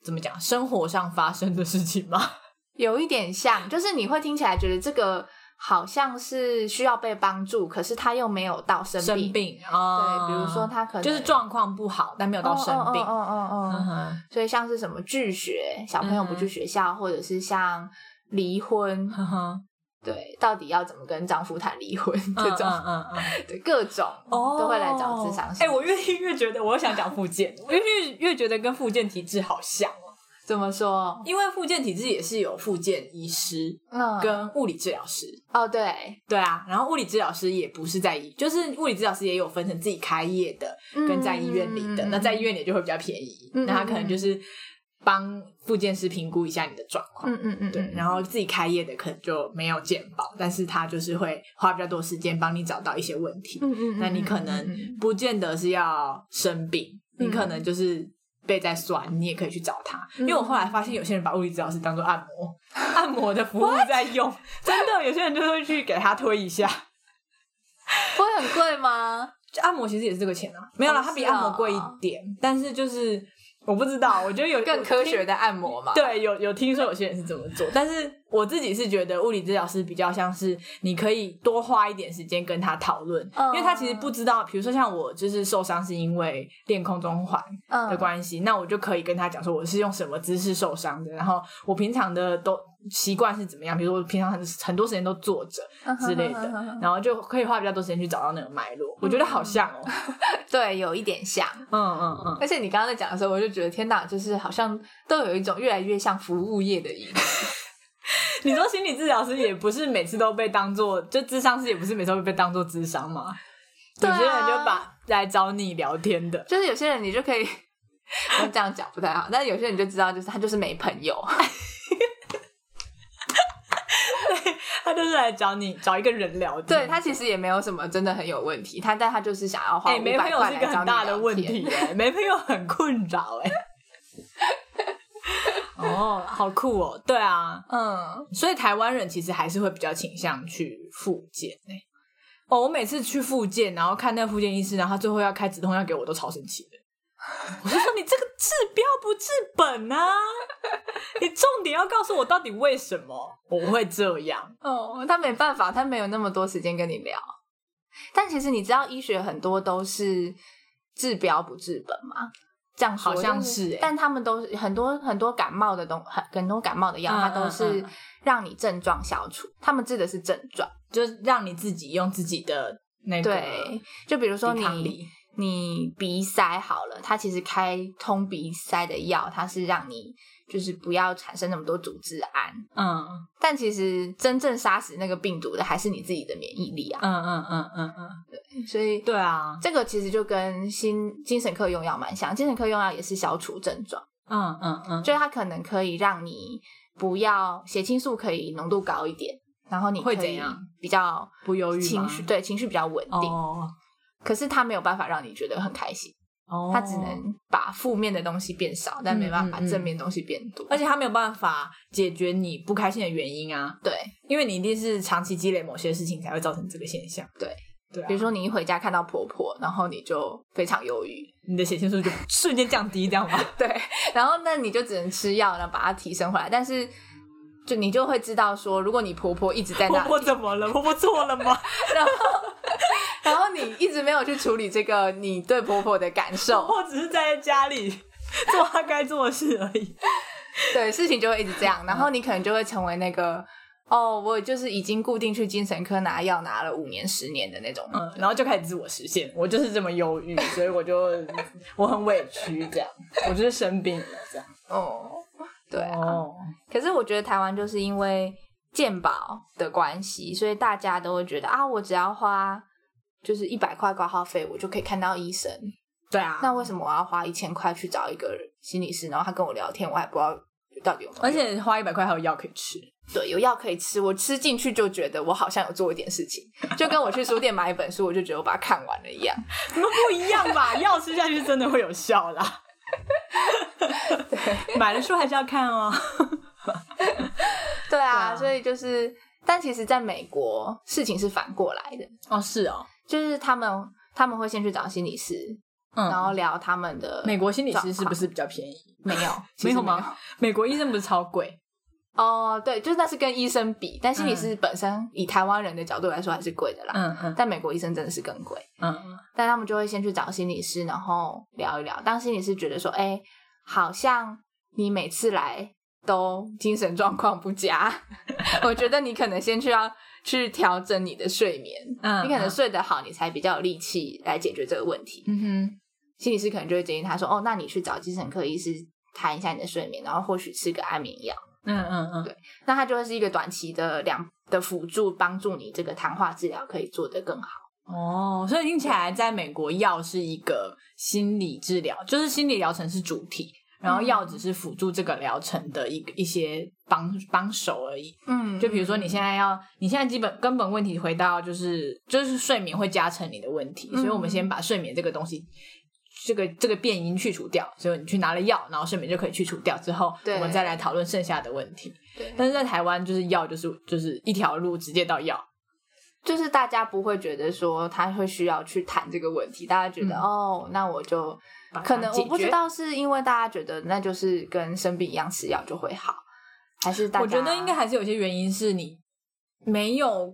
[SPEAKER 1] 怎么讲生活上发生的事情吗？
[SPEAKER 2] 有一点像，就是你会听起来觉得这个好像是需要被帮助，可是他又没有到生病。
[SPEAKER 1] 生病啊，
[SPEAKER 2] 对，比如说他可能
[SPEAKER 1] 就是状况不好，但没有
[SPEAKER 2] 哦
[SPEAKER 1] 到生病
[SPEAKER 2] 哦。哦哦哦哦
[SPEAKER 1] 嗯哼
[SPEAKER 2] 所以像是什么拒学，小朋友不去学校，或者是像离婚，
[SPEAKER 1] 嗯哼哼
[SPEAKER 2] 对，到底要怎么跟丈夫谈离婚这
[SPEAKER 1] 嗯
[SPEAKER 2] 种，
[SPEAKER 1] 嗯嗯嗯
[SPEAKER 2] 对各种
[SPEAKER 1] 哦，
[SPEAKER 2] 都会来找咨商师。
[SPEAKER 1] 哎、我越听越觉得，我想讲复 健，我越越觉得跟复健体制好像哦，
[SPEAKER 2] 怎么说？
[SPEAKER 1] 因为复健体制也是有复健医师
[SPEAKER 2] 嗯，
[SPEAKER 1] 跟物理治疗师。
[SPEAKER 2] 哦对，
[SPEAKER 1] 对啊，然后物理治疗师也不是在医，就是物理治疗师也有分成自己开业的跟在医院里的，
[SPEAKER 2] 嗯
[SPEAKER 1] 那在医院里就会比较便宜，
[SPEAKER 2] 嗯
[SPEAKER 1] 那他可能就是帮复健师评估一下你的状况。
[SPEAKER 2] 嗯嗯嗯，
[SPEAKER 1] 对，然后自己开业的可能就没有健保，但是他就是会花比较多时间帮你找到一些问题。
[SPEAKER 2] 嗯嗯，
[SPEAKER 1] 那你可能不见得是要生病，
[SPEAKER 2] 嗯
[SPEAKER 1] 你可能就是被在酸，你也可以去找他。因
[SPEAKER 2] 嗯
[SPEAKER 1] 为我后来发现，有些人把物理治疗师当做按摩，按摩的服务在用，真的有些人就会去给他推一下。
[SPEAKER 2] 不会很贵吗？
[SPEAKER 1] 就按摩其实也是这个钱啊，没有啦，
[SPEAKER 2] 哦
[SPEAKER 1] 它比
[SPEAKER 2] 是啊
[SPEAKER 1] 按摩贵一点，但是就是我不知道，我觉得有
[SPEAKER 2] 更科学。的按摩嘛。，
[SPEAKER 1] 对，有有听说有些人是这么做，但是我自己是觉得物理治疗师比较像是你可以多花一点时间跟他讨论，
[SPEAKER 2] 嗯
[SPEAKER 1] 因为他其实不知道，比如说像我就是受伤是因为练空中环的
[SPEAKER 2] 嗯，
[SPEAKER 1] 关系，那我就可以跟他讲说我是用什么姿势受伤的，然后我平常的都习惯是怎么样，比如说我平常很很多时间都坐着
[SPEAKER 2] 嗯
[SPEAKER 1] 之类的，然后就可以花比较多时间去找到那个脉络，我觉得好像
[SPEAKER 2] 嗯
[SPEAKER 1] 哦，
[SPEAKER 2] 对，有一点像。
[SPEAKER 1] 嗯嗯嗯，
[SPEAKER 2] 而且你刚刚在讲的时候，我就觉得天哪，就是好像都有一种越来越像服务业的影子。
[SPEAKER 1] 你说心理治疗师也不是每次都被当做，就智商师也不是每次都被当做智商嘛。
[SPEAKER 2] 对啊
[SPEAKER 1] 有些人就把来找你聊天的，
[SPEAKER 2] 就是有些人你就可以， 我这样讲不太好，但是有些人你就知道，就是他就是没朋 友。
[SPEAKER 1] 他就是来找你找一个人聊天。
[SPEAKER 2] 对他其实也没有什么真的很有问题，他但他就是想要花
[SPEAKER 1] 哎、
[SPEAKER 2] 五
[SPEAKER 1] 没朋
[SPEAKER 2] 百
[SPEAKER 1] 友
[SPEAKER 2] 块
[SPEAKER 1] 是一
[SPEAKER 2] 来
[SPEAKER 1] 个
[SPEAKER 2] 找
[SPEAKER 1] 很
[SPEAKER 2] 你
[SPEAKER 1] 大的
[SPEAKER 2] 聊
[SPEAKER 1] 问
[SPEAKER 2] 天
[SPEAKER 1] 题、哎，没朋友很困扰 哎、哦，好酷哦！对啊，
[SPEAKER 2] 嗯，
[SPEAKER 1] 所以台湾人其实还是会比较倾向去复健哎、哦，我每次去复健，然后看那个复健医师，然后他最后要开止痛药给我，都超生气的。我就说你这个治标不治本啊！你重点要告诉我到底为什么我会这样。
[SPEAKER 2] 哦，他没办法，他没有那么多时间跟你聊。但其实你知道，医学很多都是治标不治本嘛，这样说
[SPEAKER 1] 好像
[SPEAKER 2] 就是
[SPEAKER 1] 欸
[SPEAKER 2] 但他们都是很多很多感冒的东，很很多感冒的药，
[SPEAKER 1] 嗯
[SPEAKER 2] 它都
[SPEAKER 1] 嗯
[SPEAKER 2] 是
[SPEAKER 1] 嗯
[SPEAKER 2] 让你症状消除，他们治的是症状。
[SPEAKER 1] 就是让你自己用自己的那个
[SPEAKER 2] 对，就比如说
[SPEAKER 1] 抵抗
[SPEAKER 2] 你
[SPEAKER 1] 力
[SPEAKER 2] 你鼻塞好了，它其实开通鼻塞的药，它是让你就是不要产生那么多组织胺，
[SPEAKER 1] 嗯
[SPEAKER 2] 但其实真正杀死那个病毒的还是你自己的免疫力啊，
[SPEAKER 1] 嗯嗯嗯嗯嗯，
[SPEAKER 2] 所以
[SPEAKER 1] 对啊，
[SPEAKER 2] 这个其实就跟心精神科用药蛮像，精神科用药也是消除症状，
[SPEAKER 1] 嗯嗯嗯，
[SPEAKER 2] 就是它可能可以让你不要血清素可以浓度高一点，然后你
[SPEAKER 1] 会
[SPEAKER 2] 可
[SPEAKER 1] 怎
[SPEAKER 2] 以
[SPEAKER 1] 样
[SPEAKER 2] 比较
[SPEAKER 1] 不忧郁
[SPEAKER 2] 情
[SPEAKER 1] 吗
[SPEAKER 2] 绪对情绪比较稳定，
[SPEAKER 1] 哦
[SPEAKER 2] 可是它没有办法让你觉得很开心，
[SPEAKER 1] 哦，
[SPEAKER 2] 它只能把负面的东西变少，但没办法把
[SPEAKER 1] 嗯嗯嗯
[SPEAKER 2] 正面东西变多，
[SPEAKER 1] 而且他没有办法解决你不开心的原因啊，
[SPEAKER 2] 对，
[SPEAKER 1] 因为你一定是长期积累某些事情才会造成这个现象。
[SPEAKER 2] 对
[SPEAKER 1] 对、啊，
[SPEAKER 2] 比如说你一回家看到婆婆，然后你就非常忧郁，
[SPEAKER 1] 你的血清素就瞬间降低，这 样吗？
[SPEAKER 2] 对，然后那你就只能吃药，然后把它提升回来。但是，就你就会知道说，如果你婆婆一直在
[SPEAKER 1] 婆
[SPEAKER 2] 哎那
[SPEAKER 1] 婆怎么了？婆婆错了吗？
[SPEAKER 2] 然后 然后你一直没有去处理这个你对婆婆的感
[SPEAKER 1] 婆
[SPEAKER 2] 受，
[SPEAKER 1] 婆只是在家里做她该做的事而已。
[SPEAKER 2] 对，事情就会一直这
[SPEAKER 1] 嗯
[SPEAKER 2] 样。然后你可能就会成为那个。哦，我就是已经固定去精神科拿药拿了五年、十年的那种人，
[SPEAKER 1] 嗯，然后就开始自我实现，我就是这么忧郁，所以我就我很委屈，这样，我就是生病了，这样。
[SPEAKER 2] 哦，对啊。
[SPEAKER 1] 哦，
[SPEAKER 2] 可是我觉得台湾就是因为健保的关系，所以大家都会觉得啊，我只要花就是一百块挂号费，我就可以看到医生。
[SPEAKER 1] 对啊，
[SPEAKER 2] 那为什么我要花一千块去找一个心理师，然后他跟我聊天，我还不知道到底有没有用？
[SPEAKER 1] 而且花一百块还有药可以吃。
[SPEAKER 2] 对，有药可以吃，我吃进去就觉得我好像有做一点事情，就跟我去书店买一本书，我就觉得我把它看完了一样。
[SPEAKER 1] 你们不一样吧？药吃下去真的会有效啦。 买了书还是要看哦。
[SPEAKER 2] 对啊，
[SPEAKER 1] 对啊
[SPEAKER 2] 所以就是，但其实在美国事情是反过来的，
[SPEAKER 1] 哦，是哦，
[SPEAKER 2] 就是他们他们会先去找心理师，
[SPEAKER 1] 嗯
[SPEAKER 2] 然后聊他们的
[SPEAKER 1] 美国心理师是不
[SPEAKER 2] 是
[SPEAKER 1] 是比较便宜？
[SPEAKER 2] 没有 其实
[SPEAKER 1] 没
[SPEAKER 2] 没
[SPEAKER 1] 有吗美国医生不是超贵？
[SPEAKER 2] 有？哦，对，就是那是跟医生比，但心理师本身以台湾人的角度来说还是贵的啦。
[SPEAKER 1] 嗯嗯
[SPEAKER 2] 但美国医生真的是更贵，
[SPEAKER 1] 嗯
[SPEAKER 2] 但他们就会先去找心理师，然后聊一聊。当心理师觉得说，哎，好像你每次来都精神状况不佳， 我觉得你可能先去要去调整你的睡眠，
[SPEAKER 1] 嗯
[SPEAKER 2] 你可能睡得好，你才比较有力气来解决这个问题。
[SPEAKER 1] 嗯哼，
[SPEAKER 2] 心理师可能就会建议他说：“哦，那你去找精神科医师谈一下你的睡眠，然后或许吃个安眠药。
[SPEAKER 1] 嗯嗯嗯，
[SPEAKER 2] 对”那它就会是一个短期的两的辅助，帮助你这个谈话治疗可以做得更好。
[SPEAKER 1] 哦，所以听起来在美国药是一个心理治疗，就是心理疗程是主体，然后药只是辅助这个疗程的一个一些帮帮手而已。
[SPEAKER 2] 嗯
[SPEAKER 1] 就比如说你现在要，你现在基本根本问题回到就是就是睡眠会加成你的问题，
[SPEAKER 2] 嗯
[SPEAKER 1] 所以我们先把睡眠这个东西。这个这个变因去除掉，所以你去拿了药，然后睡眠就可以去除掉。之后，
[SPEAKER 2] 对
[SPEAKER 1] 我们再来讨论剩下的问题。
[SPEAKER 2] 对
[SPEAKER 1] 但是在台湾，就是药就是就是一条路，直接到药。
[SPEAKER 2] 就是大家不会觉得说他会需要去谈这个问题，大家觉得、
[SPEAKER 1] 嗯
[SPEAKER 2] 哦，那我就
[SPEAKER 1] 把它
[SPEAKER 2] 可能
[SPEAKER 1] 解
[SPEAKER 2] 我不
[SPEAKER 1] 决
[SPEAKER 2] 知道是因为大家觉得那就是跟生病一样吃药就会好，还是大家
[SPEAKER 1] 我觉得应该还是有些原因是你没有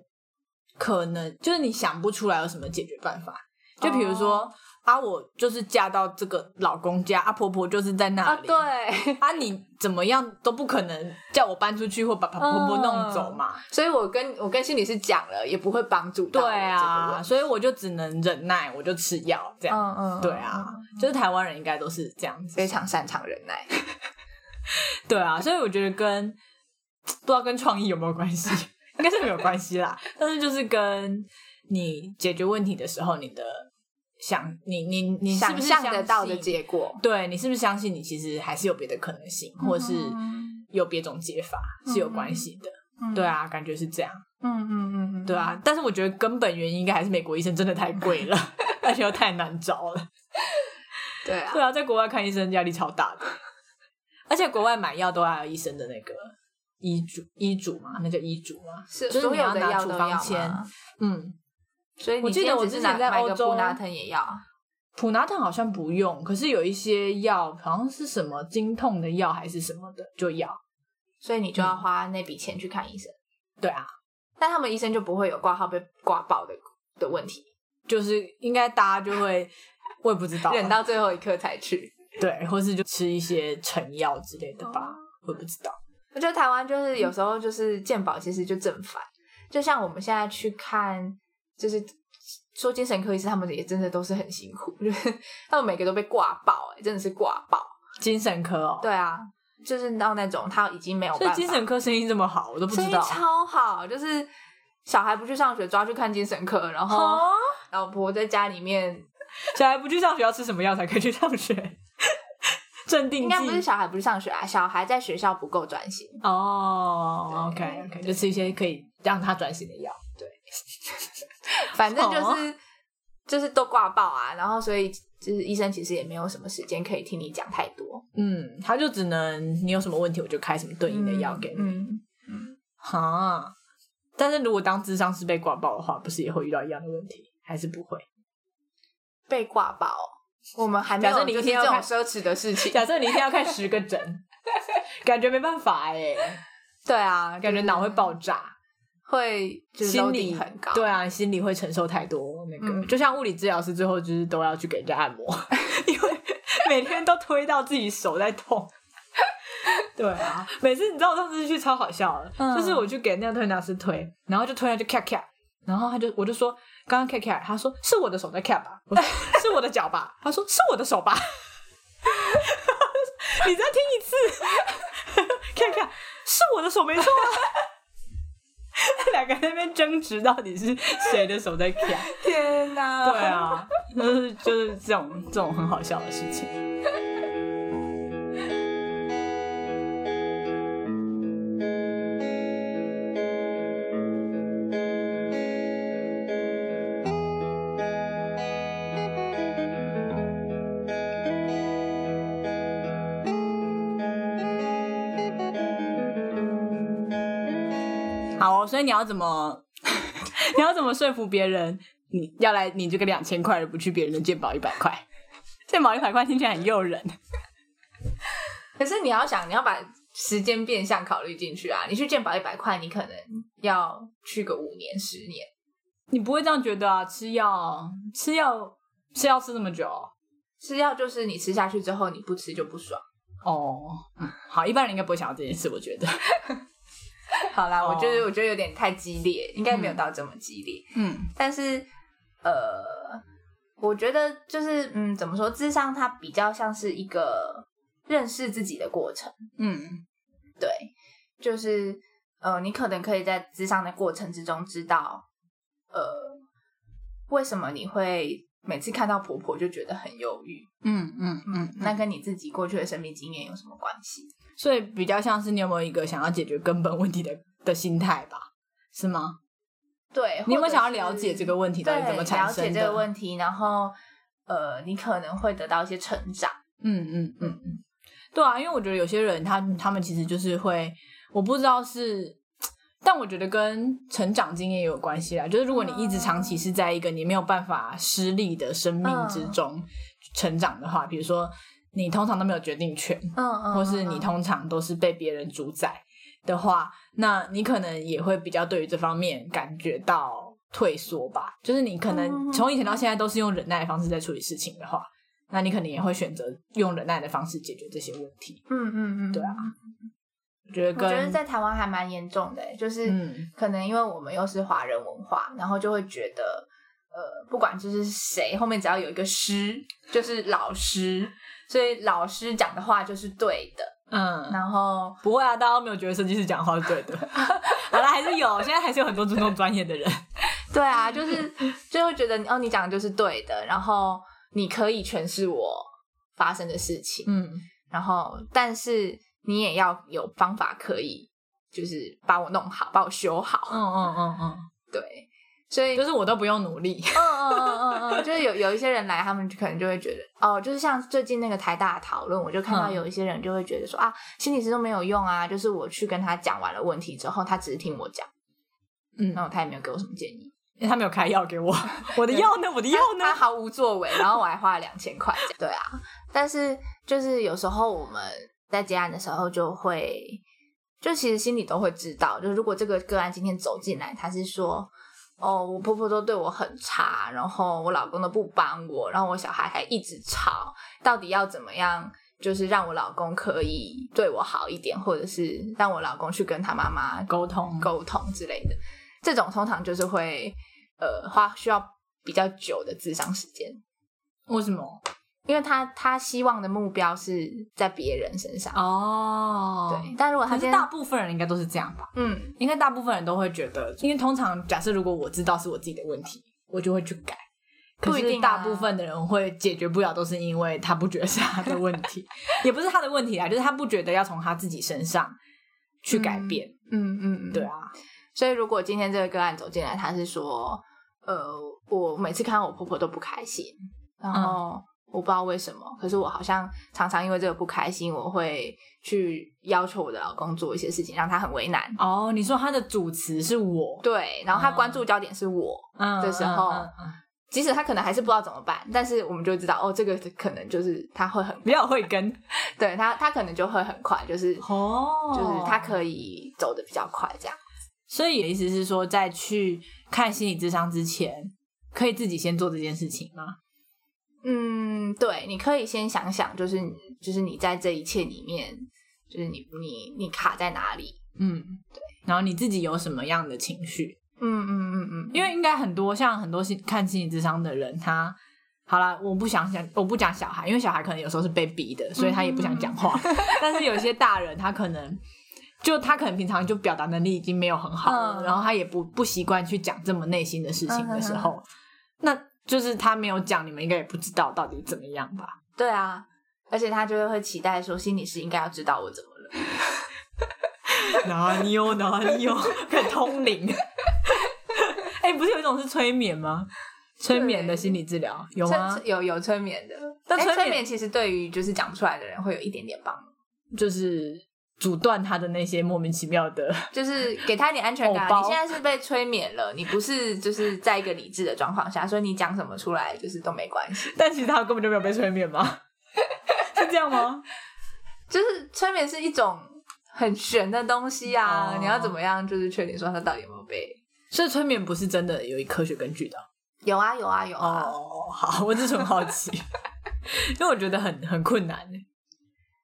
[SPEAKER 1] 可能，就是你想不出来有什么解决办法。就比如说、
[SPEAKER 2] 哦
[SPEAKER 1] 啊，我就是嫁到这个老公家，啊婆婆就是在那
[SPEAKER 2] 啊，
[SPEAKER 1] 里，
[SPEAKER 2] 对，
[SPEAKER 1] 啊你怎么样都不可能叫我搬出去或把把
[SPEAKER 2] 嗯
[SPEAKER 1] 婆婆弄走嘛。
[SPEAKER 2] 所以我跟我跟心理师讲了，也不会帮助到
[SPEAKER 1] 对
[SPEAKER 2] 我这个
[SPEAKER 1] 啊，
[SPEAKER 2] 问题
[SPEAKER 1] 所以我就只能忍耐，我就吃药这样。
[SPEAKER 2] 嗯嗯，
[SPEAKER 1] 对啊，
[SPEAKER 2] 嗯，
[SPEAKER 1] 就是台湾人应该都是这样子
[SPEAKER 2] 非。常擅长忍耐，
[SPEAKER 1] 对啊，所以我觉得跟不知道跟创意有没有关系， 应该是没有关系啦。但是就是跟你解决问题的时候，你的想你你你是
[SPEAKER 2] 想
[SPEAKER 1] 不是
[SPEAKER 2] 象得到的
[SPEAKER 1] 相信？
[SPEAKER 2] 结果，
[SPEAKER 1] 对你是不是相信你其实还是有别的可能性，或者是
[SPEAKER 2] 嗯
[SPEAKER 1] 有别种解法是有关系的？对，啊，感觉是这样。
[SPEAKER 2] 嗯嗯嗯嗯，
[SPEAKER 1] 对啊，但是我觉得根本原因应该还是美国医生真的太贵 了，而且又太难找了。
[SPEAKER 2] 对啊
[SPEAKER 1] 对，啊，在国外看医生压力超大的，而且国外买药都要有医生的那个医嘱，医嘱嘛，那叫医嘱嘛。
[SPEAKER 2] 是
[SPEAKER 1] 就是
[SPEAKER 2] 所
[SPEAKER 1] 你要
[SPEAKER 2] 有的
[SPEAKER 1] 拿
[SPEAKER 2] 药
[SPEAKER 1] 处
[SPEAKER 2] 都
[SPEAKER 1] 方
[SPEAKER 2] 要吗
[SPEAKER 1] 签嗯，
[SPEAKER 2] 所以你
[SPEAKER 1] 我记得
[SPEAKER 2] 今天
[SPEAKER 1] 我
[SPEAKER 2] 只是
[SPEAKER 1] 之前
[SPEAKER 2] 拿
[SPEAKER 1] 在
[SPEAKER 2] 买
[SPEAKER 1] 欧
[SPEAKER 2] 个
[SPEAKER 1] 洲
[SPEAKER 2] 布拿疼也要啊，
[SPEAKER 1] 普拿疼好像不用，可是有一些药好像是什么经痛的药还是什么的就要。
[SPEAKER 2] 所以你就要
[SPEAKER 1] 嗯
[SPEAKER 2] 花那笔钱去看医生，
[SPEAKER 1] 对啊，
[SPEAKER 2] 但他们医生就不会有挂号被挂爆的的问题，
[SPEAKER 1] 就是应该大家就会，我也不知道啊，
[SPEAKER 2] 忍到最后一刻才去。
[SPEAKER 1] 对，或是就吃一些成药之类的吧，我也不知道。
[SPEAKER 2] 我觉得台湾就是有时候就是健保其实就正反，就像我们现在去看，就是说精神科医师他们也真的都是很辛苦， 就是他们每个都被挂爆、欸，真的是挂爆。
[SPEAKER 1] 精神科哦，
[SPEAKER 2] 对啊，就是到那种他已经没有
[SPEAKER 1] 所
[SPEAKER 2] 办
[SPEAKER 1] 以
[SPEAKER 2] 法，
[SPEAKER 1] 精神科生意这么好，我都不知
[SPEAKER 2] 生意
[SPEAKER 1] 道。
[SPEAKER 2] 超好，就是小孩不去上学抓去看精神科，然后
[SPEAKER 1] 哦，
[SPEAKER 2] 老婆在家里面
[SPEAKER 1] 小孩不去上学要吃什么药才可以去上学？ 镇定剂
[SPEAKER 2] 应该不是小孩不去上学啊，小孩在学校不够专心。
[SPEAKER 1] 哦、o
[SPEAKER 2] 对
[SPEAKER 1] k OK，
[SPEAKER 2] 对
[SPEAKER 1] 就吃一些可以让他转型的药。
[SPEAKER 2] 反正就
[SPEAKER 1] 哦
[SPEAKER 2] 是、就是都挂报啊，然后所以就是医生其实也没有什么时间可以听你讲太多
[SPEAKER 1] 嗯，他就只能你有什么问题，我就开什么对应的药给你。
[SPEAKER 2] 嗯，
[SPEAKER 1] 哈、但是如果当智商是被挂爆的话，不是也会遇到一样的问题？还是不会？
[SPEAKER 2] 被挂报，我们还没有
[SPEAKER 1] 假设你一
[SPEAKER 2] 就是
[SPEAKER 1] 天要
[SPEAKER 2] 这种
[SPEAKER 1] 看
[SPEAKER 2] 奢侈的事情。
[SPEAKER 1] 假设你一天要看十个诊， 感觉没办法哎、
[SPEAKER 2] 对啊，
[SPEAKER 1] 感觉脑会爆炸，
[SPEAKER 2] 会就是
[SPEAKER 1] 嗯心
[SPEAKER 2] loading
[SPEAKER 1] 理
[SPEAKER 2] 很高。
[SPEAKER 1] 对啊，心理会承受太多那个。
[SPEAKER 2] 嗯
[SPEAKER 1] 就像物理治疗师最后就是都要去给人家 按摩，因为每天都推到自己手在痛。 对啊，每次你知道我上次去超好笑的，
[SPEAKER 2] 嗯
[SPEAKER 1] 就是我去给那个推拿师推，然后就推他就咔咔，然后他就我就说刚刚咔咔，他说是我的手在咔吧，我说是我的脚吧，他说是我的手吧， 你再听一次，看看是我的手没错啊。 两个人在那边争执，到底是谁的手在卡？
[SPEAKER 2] 天哪、
[SPEAKER 1] 对，啊， 就是就是这种这种很好笑的事情。好哦、所以你要怎么，你要怎么说服别人？你要来你这个两千块的，不去别人的健保一百块， 健保一百块听起来很诱人。
[SPEAKER 2] 可是你要想，你要把时间变相考虑进去啊。你去健保一百块，你可能要去个五年、十年。
[SPEAKER 1] 你不会这样觉得啊？吃药，吃药，吃药吃这么久哦，
[SPEAKER 2] 吃药就是你吃下去之后，你不吃就不爽。
[SPEAKER 1] 哦，嗯好，一般人应该不会想到这件事，我觉得。
[SPEAKER 2] 好啦，我觉得
[SPEAKER 1] 哦
[SPEAKER 2] 我觉得有点太激烈，应该没有到这么激烈。
[SPEAKER 1] 嗯
[SPEAKER 2] 但是呃，我觉得就是嗯，怎么说，智商它比较像是一个认识自己的过程，
[SPEAKER 1] 嗯
[SPEAKER 2] 对，就是呃，你可能可以在智商的过程之中知道，呃，为什么你会。每次看到婆婆就觉得很忧郁，
[SPEAKER 1] 嗯嗯嗯，
[SPEAKER 2] 那跟你自己过去的生命经验有什么关系？
[SPEAKER 1] 所以比较像是你有没有一个想要解决根本问题的的心态吧？是吗？
[SPEAKER 2] 对，
[SPEAKER 1] 你有没有
[SPEAKER 2] 或者
[SPEAKER 1] 想要了解
[SPEAKER 2] 是
[SPEAKER 1] 这个问题到底怎么
[SPEAKER 2] 对
[SPEAKER 1] 产
[SPEAKER 2] 了解
[SPEAKER 1] 生
[SPEAKER 2] 这个
[SPEAKER 1] 的？
[SPEAKER 2] 问题，然后呃，你可能会得到一些成长。
[SPEAKER 1] 嗯嗯嗯嗯，对啊，因为我觉得有些人他他们其实就是会，我不知道是，但我觉得跟成长经验也有关系啦。就是如果你一直长期是在一个你没有办法失利的生命之中成长的话，比如说你通常都没有决定权，
[SPEAKER 2] 嗯嗯
[SPEAKER 1] 或是你通常都是被别人主宰的话，那你可能也会比较对于这方面感觉到退缩吧。就是你可能
[SPEAKER 2] 嗯
[SPEAKER 1] 从以前到现在都是用忍耐的方式在处理事情的话，那你可能也会选择用忍耐的方式解决这些问题。
[SPEAKER 2] 嗯嗯嗯，
[SPEAKER 1] 对啊。我觉得
[SPEAKER 2] 我觉得
[SPEAKER 1] 跟
[SPEAKER 2] 在台湾还蛮严重的欸、就是
[SPEAKER 1] 嗯
[SPEAKER 2] 可能因为我们又是华人文化，然后就会觉得，呃，不管就是谁，后面只要有一个师，就是老师，所以老师讲的话就是对的。
[SPEAKER 1] 嗯。
[SPEAKER 2] 然后
[SPEAKER 1] 不会啊，大家都没有觉得设计师讲话是对的。 好啦，还是有，现在还是有很多尊重专业的 人。
[SPEAKER 2] 对啊，就是就会觉得哦，你讲的就是对的，然后你可以诠释我发生的事情，
[SPEAKER 1] 嗯，
[SPEAKER 2] 然后但是你也要有方法可以，就是把我弄好，把我修好，
[SPEAKER 1] 嗯嗯嗯嗯，
[SPEAKER 2] 对，所以
[SPEAKER 1] 就是我都不用努力。
[SPEAKER 2] 嗯嗯嗯嗯嗯，就是有有一些人来，他们就可能就会觉得，哦，就是像最近那个台大的讨论，我就看到
[SPEAKER 1] 嗯
[SPEAKER 2] 有一些人就会觉得说、啊，心理师都没有用啊，就是我去跟他讲完了问题之后，他只是听我讲，
[SPEAKER 1] 嗯
[SPEAKER 2] 然后他也没有给我什么建议，
[SPEAKER 1] 因为他没有开药给 我，我的药呢？我的药呢？
[SPEAKER 2] 他毫无作为，然后我还花了两千块这样，对啊，但是就是有时候我们在接案的时候就会，就其实心里都会知道，就是如果这个个案今天走进来，他是说。哦，我婆婆都对我很差，然后我老公都不帮我，然后我小孩还一直吵，到底要怎么样，就是让我老公可以对我好一点，或者是让我老公去跟他妈妈
[SPEAKER 1] 沟通
[SPEAKER 2] 沟通之类的。这种通常就是会呃花需要比较久的智商时间，
[SPEAKER 1] 为什么？
[SPEAKER 2] 因为他他希望的目标是在别人身上。
[SPEAKER 1] 哦
[SPEAKER 2] 对，，但如果他
[SPEAKER 1] 可
[SPEAKER 2] 今
[SPEAKER 1] 是
[SPEAKER 2] 天
[SPEAKER 1] 大部分人应该都是这样吧？
[SPEAKER 2] 嗯
[SPEAKER 1] 应该大部分人都会觉得，因为通常假设如果我知道是我自己的问题，我就会去改。可
[SPEAKER 2] 不一
[SPEAKER 1] 是
[SPEAKER 2] 定啊
[SPEAKER 1] 大部分的人会解决不了，都是因为他不觉得是他的问 题，也不是他的问题啊，就是他不觉得要从他自己身上去改变。
[SPEAKER 2] 嗯嗯，嗯
[SPEAKER 1] 对。啊，
[SPEAKER 2] 所以如果今天这个个案走进来，他是说，呃，我每次看到我婆婆都不开心，然
[SPEAKER 1] 嗯
[SPEAKER 2] 后我不知道为什么，可是我好像常常因为这个不开心，我会去要求我的老公做一些事情，让他很为难。
[SPEAKER 1] 哦，你说他的主词是我，
[SPEAKER 2] 对，然后他
[SPEAKER 1] 哦
[SPEAKER 2] 关注焦点是我，
[SPEAKER 1] 嗯
[SPEAKER 2] 的时候
[SPEAKER 1] 嗯嗯嗯
[SPEAKER 2] 即使他可能还是不知道怎么办，但是我们就会知道哦，这个可能就是他会很
[SPEAKER 1] 比较会跟
[SPEAKER 2] 对他，他可能就会很快，就是、
[SPEAKER 1] 哦
[SPEAKER 2] 就是他可以走的比较快，这样。
[SPEAKER 1] 所以你的意思是说，在去看心理智商之前，可以自己先做这件事情吗？
[SPEAKER 2] 嗯，对，你可以先想想，就是你就是你在这一切里面，就是你你你卡在哪里？
[SPEAKER 1] 嗯，对。然后你自己有什么样的情绪？
[SPEAKER 2] 嗯嗯嗯嗯，
[SPEAKER 1] 因为应该很多像很多心看心理智商的人，他好啦，我不想讲，我不讲小孩，因为小孩可能有时候是被逼的，所以他也不想讲话。 但是有些大人，他可能。就他可能平常就表达能力已经没有很好了，
[SPEAKER 2] 嗯
[SPEAKER 1] 然后他也不不习惯去讲这么内心的事情的时候，那就是他没有讲，你们应该也不知道到底怎么样吧？
[SPEAKER 2] 对啊，而且他就会会期待说，心理师应该要知道我怎么了。
[SPEAKER 1] 哪里有哪里 有，可以通灵。 哎、不是有一种是催眠吗？催眠的心理治疗有吗
[SPEAKER 2] 催？有有催眠的，
[SPEAKER 1] 但
[SPEAKER 2] 哎
[SPEAKER 1] 催眠
[SPEAKER 2] 催眠其实对于就是讲不出来的人会有一点点帮助，
[SPEAKER 1] 就是阻断他的那些莫名其妙的。
[SPEAKER 2] 就是给他一点安全感。
[SPEAKER 1] 偶包
[SPEAKER 2] 你现在是被催眠了，你不是就是在一个理智的状况下，所以你讲什么出来就是都没关系。
[SPEAKER 1] 但其实他根本就没有被催眠吗？ 是这样吗？
[SPEAKER 2] 就是催眠是一种很玄的东西啊，
[SPEAKER 1] 哦
[SPEAKER 2] 你要怎么样就是确定说他到底有没有被？
[SPEAKER 1] 所以催眠不是真的有一科学根据的哦
[SPEAKER 2] 有啊有啊有啊，
[SPEAKER 1] 哦。好，我只是很好奇，因为我觉得很很困难。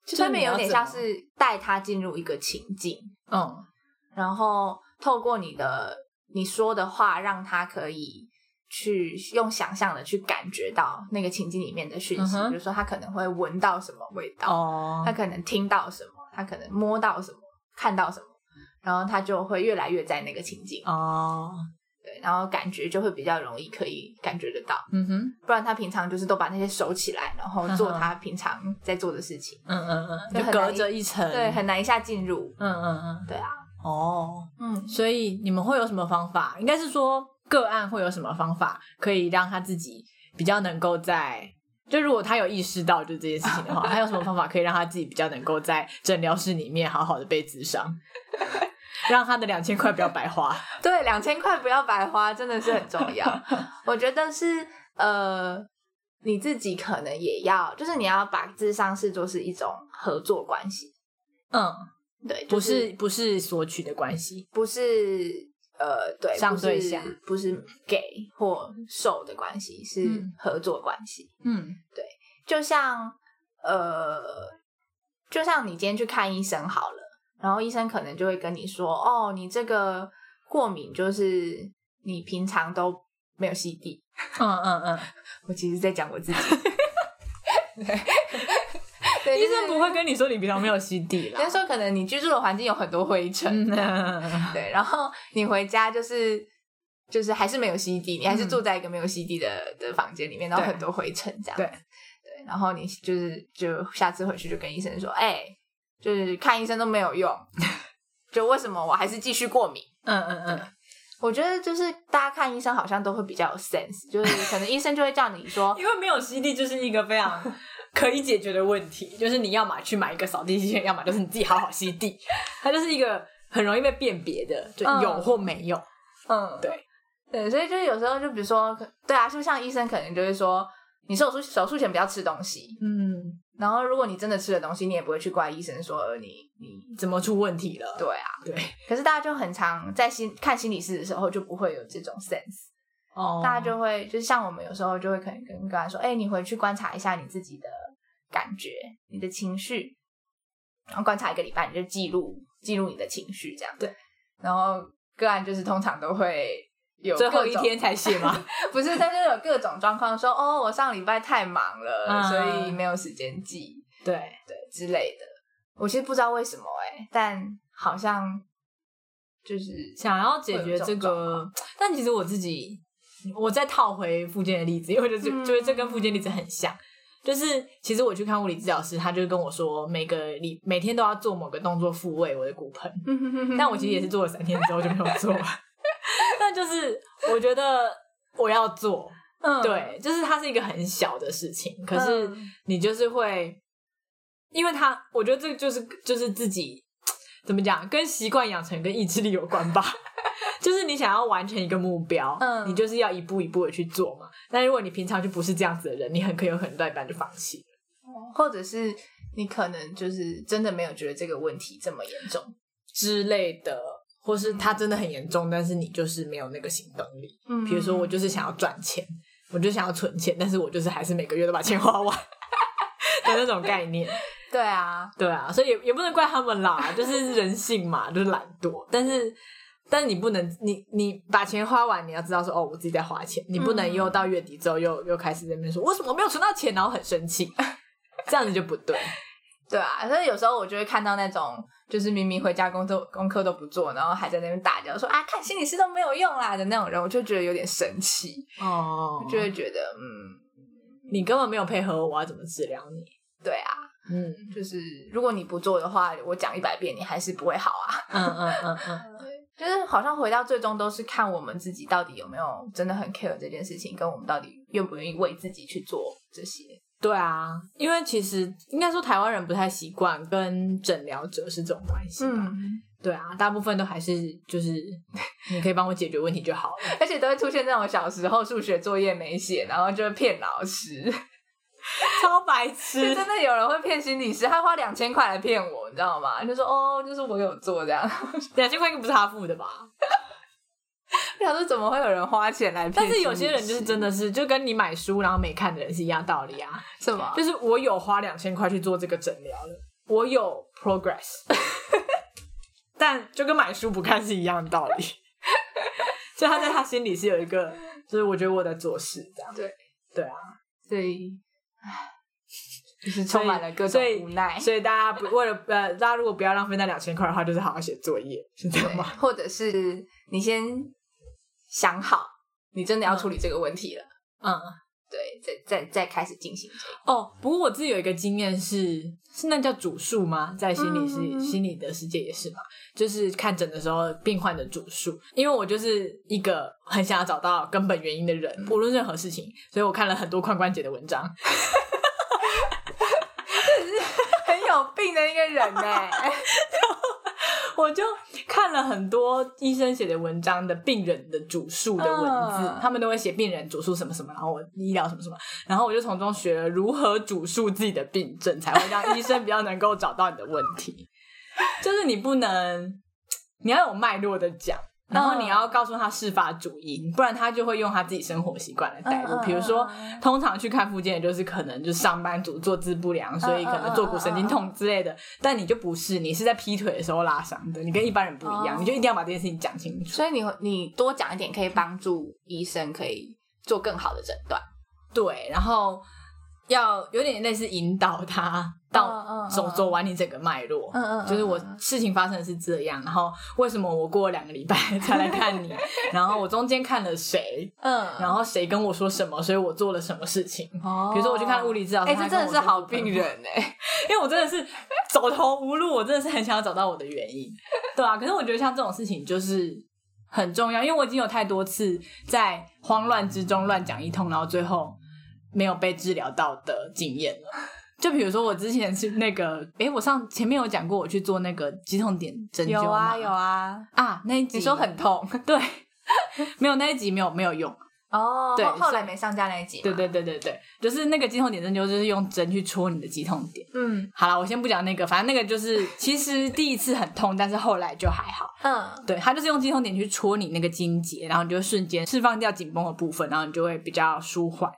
[SPEAKER 1] 就是
[SPEAKER 2] 催眠有点像
[SPEAKER 1] 你要
[SPEAKER 2] 是带他进入一个情境，
[SPEAKER 1] 怎
[SPEAKER 2] 哦
[SPEAKER 1] 么，
[SPEAKER 2] 然后透过你的你说的话，让他可以去用想象的去感觉到那个情境里面的讯
[SPEAKER 1] 嗯
[SPEAKER 2] 息，
[SPEAKER 1] 哼
[SPEAKER 2] 比如说他可能会闻到什么味
[SPEAKER 1] 嗯，
[SPEAKER 2] 道，
[SPEAKER 1] 哦
[SPEAKER 2] 他，可能听到什么，他可能摸到什么，看到什么，然后他就会越来越在那个情境，
[SPEAKER 1] 哦，
[SPEAKER 2] 对，然后感觉就会比较容易可以感觉得到，
[SPEAKER 1] 嗯哼，
[SPEAKER 2] 不然他平常就是都把那些收起来，然后做
[SPEAKER 1] 嗯哼
[SPEAKER 2] 他平常在做的事情，
[SPEAKER 1] 嗯嗯嗯，
[SPEAKER 2] 就
[SPEAKER 1] 就
[SPEAKER 2] 很
[SPEAKER 1] 隔
[SPEAKER 2] 难
[SPEAKER 1] 着一层，
[SPEAKER 2] 对，很难一下进入，
[SPEAKER 1] 嗯嗯嗯，
[SPEAKER 2] 对啊，
[SPEAKER 1] 哦，
[SPEAKER 2] 嗯，
[SPEAKER 1] 所以你们会有什么方法？应该是说个案会有什么方法可以让他自己比较能够在，就如果他有意识到就这件事情的话，他有什么方法可以让他自己比较能够在诊疗室里面好好的被咨商，让他的两千块不要白花？
[SPEAKER 2] 对，两千块不要白花，真的是很重要。 我觉得是呃，你自己可能也要，就是你要把智商视作是一种合作关系，
[SPEAKER 1] 嗯，
[SPEAKER 2] 对，就
[SPEAKER 1] 不是不是索取的关系，
[SPEAKER 2] 不是呃，对，
[SPEAKER 1] 上
[SPEAKER 2] 不是
[SPEAKER 1] 对下
[SPEAKER 2] 不是给或受的关系，是
[SPEAKER 1] 嗯
[SPEAKER 2] 合作关系。
[SPEAKER 1] 嗯
[SPEAKER 2] 就像呃，就像你今天去看医生好了，然后医生可能就会跟你说，哦，你这个过敏就是你平常都没有吸地。
[SPEAKER 1] 嗯嗯嗯，
[SPEAKER 2] 我其实在讲 我自己。对，
[SPEAKER 1] 医
[SPEAKER 2] 就是
[SPEAKER 1] 生不会跟你说你平常没有吸地啦
[SPEAKER 2] 那。时候可能你居住的环境有很多灰尘，
[SPEAKER 1] 嗯，嗯
[SPEAKER 2] 对，然后你回家就是就是还是没有吸地，你还是
[SPEAKER 1] 嗯
[SPEAKER 2] 住在一个没有吸地的的房间里面，然后
[SPEAKER 1] 对
[SPEAKER 2] 很多灰尘这样。
[SPEAKER 1] 对
[SPEAKER 2] 对，然后你就是就下次回去就跟医生说，哎、就是看医生都没 有用，就为什么我还是继续过敏？
[SPEAKER 1] 嗯嗯，
[SPEAKER 2] 我觉得就是大家看医生好像都会比较有 sense，就是可能医生就会叫 你说，
[SPEAKER 1] 因为没有吸地就是一个非常可以解决的问题，就是你要么去买一个扫地机器人，要么就是你自己好好吸地，它就是一个很容易被辨别的，就
[SPEAKER 2] 嗯
[SPEAKER 1] 有或没有。
[SPEAKER 2] 嗯，
[SPEAKER 1] 对
[SPEAKER 2] 对，所以就是有时候就比如说，对啊，就像医生可能就会说，你手术手术前不要吃东西，
[SPEAKER 1] 嗯，
[SPEAKER 2] 然后如果你真的吃了东西，你也不会去怪医生说呃你你
[SPEAKER 1] 怎么出问题了？
[SPEAKER 2] 对啊。
[SPEAKER 1] 对，
[SPEAKER 2] 可是大家就很常在心看心理师的时候就不会有这种 sense，、
[SPEAKER 1] 哦
[SPEAKER 2] 大家就会就是像我们有时候就会可能跟跟他说，哎、你回去观察一下你自己的感觉、你的情绪，然后观察一个礼拜，你就记录记录你的情绪这样。
[SPEAKER 1] 对，
[SPEAKER 2] 然后个案就是通常都会有
[SPEAKER 1] 最后
[SPEAKER 2] 各
[SPEAKER 1] 一
[SPEAKER 2] 种
[SPEAKER 1] 天才写 吗？
[SPEAKER 2] 不是，他就有各种状况，说哦，我上礼拜太忙了，
[SPEAKER 1] 嗯
[SPEAKER 2] 所以没有时间记，
[SPEAKER 1] 对，
[SPEAKER 2] 对之类的。我其实不知道为什么哎、但好像就是
[SPEAKER 1] 想要解决这
[SPEAKER 2] 会有这种状
[SPEAKER 1] 个
[SPEAKER 2] 况，
[SPEAKER 1] 但其实我自己，我再套回附件的例子，因为就是、
[SPEAKER 2] 嗯
[SPEAKER 1] 就是这跟附件例子很像。就是其实我去看物理治疗师，他就跟我说，每个礼每天都要做某个动作复位我的骨盆， 但我其实也是做了三天之后就没有做 了。但就是我觉得我要做，
[SPEAKER 2] 嗯
[SPEAKER 1] 对，就是它是一个很小的事情，可是
[SPEAKER 2] 嗯
[SPEAKER 1] 你就是会，因为它，我觉得这就是就是自己怎么讲，跟习惯养成跟意志力有关吧。 就是你想要完成一个目标，
[SPEAKER 2] 嗯
[SPEAKER 1] 你就是要一步一步的去做嘛。但如果你平常就不是这样子的人，你很可有可能到一半就放弃了。
[SPEAKER 2] 或者是你可能就是真的没有觉得这个问题这么严重，
[SPEAKER 1] 之类的，或是它真的很严重，但是你就是没有那个行动力。
[SPEAKER 2] 嗯
[SPEAKER 1] 比如说，我就是想要赚钱，我就想要存钱，但是我就是还是每个月都把钱花完的那种概念。
[SPEAKER 2] 对啊，
[SPEAKER 1] 对啊，所以也也不能怪他们啦，就是人性嘛，就是懒惰。但是，但是你不能，你你把钱花完，你要知道说，哦，我自己在花钱，你不能
[SPEAKER 2] 嗯
[SPEAKER 1] 又到月底之后又又开始在那边说，为什么我没有存到钱，然后很生气，这样子就不对。
[SPEAKER 2] 对啊，所以有时候我就会看到那种，就是明明回家工作功课都不做，然后还在那边大叫说啊，看心理师都没有用啦的那种人，我就觉得有点生气，
[SPEAKER 1] 哦
[SPEAKER 2] 就会觉得嗯，
[SPEAKER 1] 你根本没有配合我，我要怎么治疗你？
[SPEAKER 2] 对啊，
[SPEAKER 1] 嗯
[SPEAKER 2] 就是如果你不做的话，我讲一百遍你还是不会好啊。
[SPEAKER 1] 嗯嗯嗯嗯，
[SPEAKER 2] 就是好像回到最终都是看我们自己到底有没有真的很 care 这件事情，跟我们到底愿不愿意为自己去做这些。
[SPEAKER 1] 对啊，因为其实应该说台湾人不太习惯跟诊疗者是这种关系吧。
[SPEAKER 2] 嗯，
[SPEAKER 1] 对啊，大部分都还是就是 你可以帮我解决问题就好了。
[SPEAKER 2] 而且都会出现那种小时候数学作业没写，然后就会骗老师。
[SPEAKER 1] 超白
[SPEAKER 2] 就
[SPEAKER 1] 痴
[SPEAKER 2] 真的有人会骗心理师，他花两千块来骗我，你知道吗？就说哦，就是我有做这样。
[SPEAKER 1] 两千块应该不是他付的吧？
[SPEAKER 2] 我想说怎么会有人花钱来骗
[SPEAKER 1] 但
[SPEAKER 2] 心理
[SPEAKER 1] 是
[SPEAKER 2] 师？
[SPEAKER 1] 有些人就是真的是，就跟你买书然后没看的人是一样道理啊。
[SPEAKER 2] 什么？
[SPEAKER 1] 就是我有花两千块去做这个诊疗了，我有 progress，但就跟买书不看是一样的道理。 所以他在他心里是有一个，就是我觉得我在做事这样。
[SPEAKER 2] 对
[SPEAKER 1] 对啊，
[SPEAKER 2] 所以，唉，就是充满了各种
[SPEAKER 1] 所以
[SPEAKER 2] 无奈。
[SPEAKER 1] 所以大家不为了呃，大家如果不要浪费那两千块的话，就是好好写作业，是这样
[SPEAKER 2] 对
[SPEAKER 1] 吗？
[SPEAKER 2] 或者是你先想好，你真的要处理这个问题了，
[SPEAKER 1] 嗯，
[SPEAKER 2] 对，再再再开始进行这个。
[SPEAKER 1] 哦，不过我自己有一个经验是，是那叫主诉吗？在心理世、
[SPEAKER 2] 嗯
[SPEAKER 1] 心理的世界也是嘛，就是看诊的时候病患的主诉。因为我就是一个很想要找到根本原因的人，无论任何事情，所以我看了很多髋关节的文章。
[SPEAKER 2] 很有病的一个人哎、
[SPEAKER 1] 我就看了很多医生写的文章的病人的主述的文字，
[SPEAKER 2] 嗯
[SPEAKER 1] 他们都会写病人主述什么什么，然后我医疗什么什么，然后我就从中学了如何主述自己的病症，才会让医生比较能够找到你的问题。就是你不能，你要有脉络的讲。然后你
[SPEAKER 2] 嗯
[SPEAKER 1] 要告诉他事发主因，不然他就会用他自己生活习惯来代入。
[SPEAKER 2] 嗯嗯
[SPEAKER 1] 比如说
[SPEAKER 2] 嗯嗯，
[SPEAKER 1] 通常去看附件，就是可能就是上班族坐姿不良，所以可
[SPEAKER 2] 嗯嗯
[SPEAKER 1] 能
[SPEAKER 2] 嗯
[SPEAKER 1] 坐骨神经痛之类的。但你就不是，你是在劈腿的时候拉伤的，你跟一般人不一样，
[SPEAKER 2] 哦
[SPEAKER 1] 你就一定要把这件事情讲清楚。
[SPEAKER 2] 所以你你多讲一点，可以帮助医生可以做更好的诊断。
[SPEAKER 1] 对，然后要有点类似引导他
[SPEAKER 2] 嗯嗯
[SPEAKER 1] 到
[SPEAKER 2] 嗯
[SPEAKER 1] 走走完你整个脉络。
[SPEAKER 2] 嗯嗯嗯
[SPEAKER 1] 就是我事情发生的是这样，然后为什么我过了两个礼拜 才来看你，然后我中间看了谁，
[SPEAKER 2] 嗯，
[SPEAKER 1] 然后谁跟我说什么，所以我做了什么事情。
[SPEAKER 2] 哦
[SPEAKER 1] 比如说我去看物理治疗师，
[SPEAKER 2] 哎、
[SPEAKER 1] 他跟
[SPEAKER 2] 这真
[SPEAKER 1] 我
[SPEAKER 2] 的是
[SPEAKER 1] 说
[SPEAKER 2] 好
[SPEAKER 1] 不可能
[SPEAKER 2] 病人哎、
[SPEAKER 1] 因为我真的是走投无路，我真的是很想要找到我的原因，对啊。可是我觉得像这种事情就是很重要，因为我已经有太多次在慌乱之中乱讲一通，然后最后没有被治疗到的经验了。就比如说我之前去那个，诶，我上前面有讲过，我去做那个肌痛点针灸
[SPEAKER 2] 有
[SPEAKER 1] 吗
[SPEAKER 2] 啊有啊，
[SPEAKER 1] 啊，那一集
[SPEAKER 2] 你说很痛
[SPEAKER 1] 对，没有那一集没有没有用，
[SPEAKER 2] 哦
[SPEAKER 1] 对
[SPEAKER 2] 后后
[SPEAKER 1] 所
[SPEAKER 2] 来
[SPEAKER 1] 以
[SPEAKER 2] 没上架那一集，
[SPEAKER 1] 对，对对对对，就是那个肌痛点针灸就是用针去戳你的肌痛点。
[SPEAKER 2] 嗯
[SPEAKER 1] 好了，我先不讲那个，反正那个就是，其实第一次很痛，但是后来就还好。
[SPEAKER 2] 嗯，
[SPEAKER 1] 对，它就是用肌痛点去戳你那个筋结，然后你就瞬间释放掉紧绷的部分，然后你就会比较舒缓。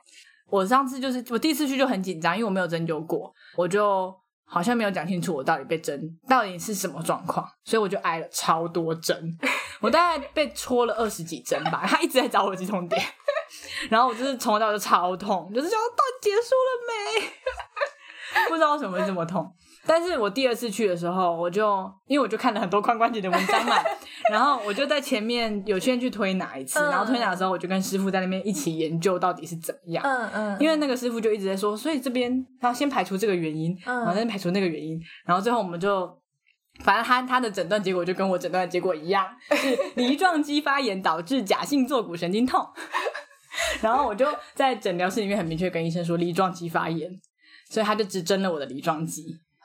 [SPEAKER 1] 我上次就是我第一次去就很紧张，因为我没有针灸过，我就好像没有讲清楚我到底被针到底是什么状况，所以我就挨了超多针，我大概被戳了二十几针吧，他一直在找我的肌痛点， 然后我就是从头到尾就超痛，就是想说到底结束了没？ 不知道为什么会这么痛。但是我第二次去的时候，我就因为我就看了很多髋关节的文章嘛，然后我就在前面有些人去推拿一次，
[SPEAKER 2] 嗯
[SPEAKER 1] 然后推拿的时候，我就跟师傅在那边一起研究到底是怎么样。
[SPEAKER 2] 嗯嗯，
[SPEAKER 1] 因为那个师傅就一直在说，所以这边他先排除这个原因，
[SPEAKER 2] 嗯
[SPEAKER 1] 然后再排除那个原因，然后最后我们就。反正他他的诊断结果就跟我诊断的结果一样， 是梨状肌发炎导致假性坐骨神经痛。 然后我就在诊疗室里面很明确跟医生说梨状肌发炎，所以他就只针了我的梨状肌，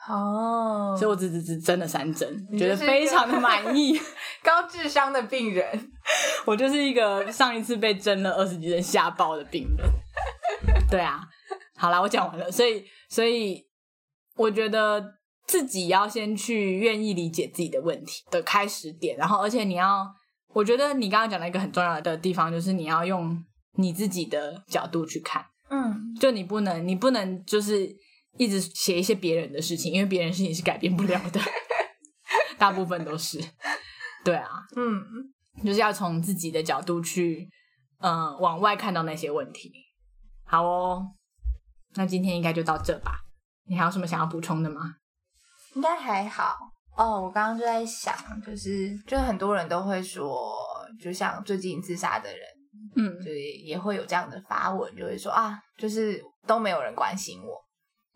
[SPEAKER 2] 哦，
[SPEAKER 1] 所以我只只只针了三针，
[SPEAKER 2] 你
[SPEAKER 1] 觉得
[SPEAKER 2] 就是一
[SPEAKER 1] 非
[SPEAKER 2] 个
[SPEAKER 1] 常的满意。
[SPEAKER 2] 高智商的病人，
[SPEAKER 1] 我就是一个上一次被针了二十几针吓爆的病人。对啊，好啦，我讲完了，所以所以我觉得自己要先去愿意理解自己的问题的开始点，然后而且你要，我觉得你刚刚讲到一个很重要的地方，就是你要用你自己的角度去看，
[SPEAKER 2] 嗯，
[SPEAKER 1] 就你不能你不能就是一直写一些别人的事情，因为别人的事情是改变不了的， 大部分都是，对啊，
[SPEAKER 2] 嗯，
[SPEAKER 1] 就是要从自己的角度去，嗯、往外看到那些问题。好哦，那今天应该就到这吧。你还有什么想要补充的吗？
[SPEAKER 2] 应该还好。哦，我刚刚就在想，就是就是很多人都会说，就像最近自杀的人，
[SPEAKER 1] 嗯
[SPEAKER 2] 就是也会有这样的发文，就会说啊，就是都没有人关心我。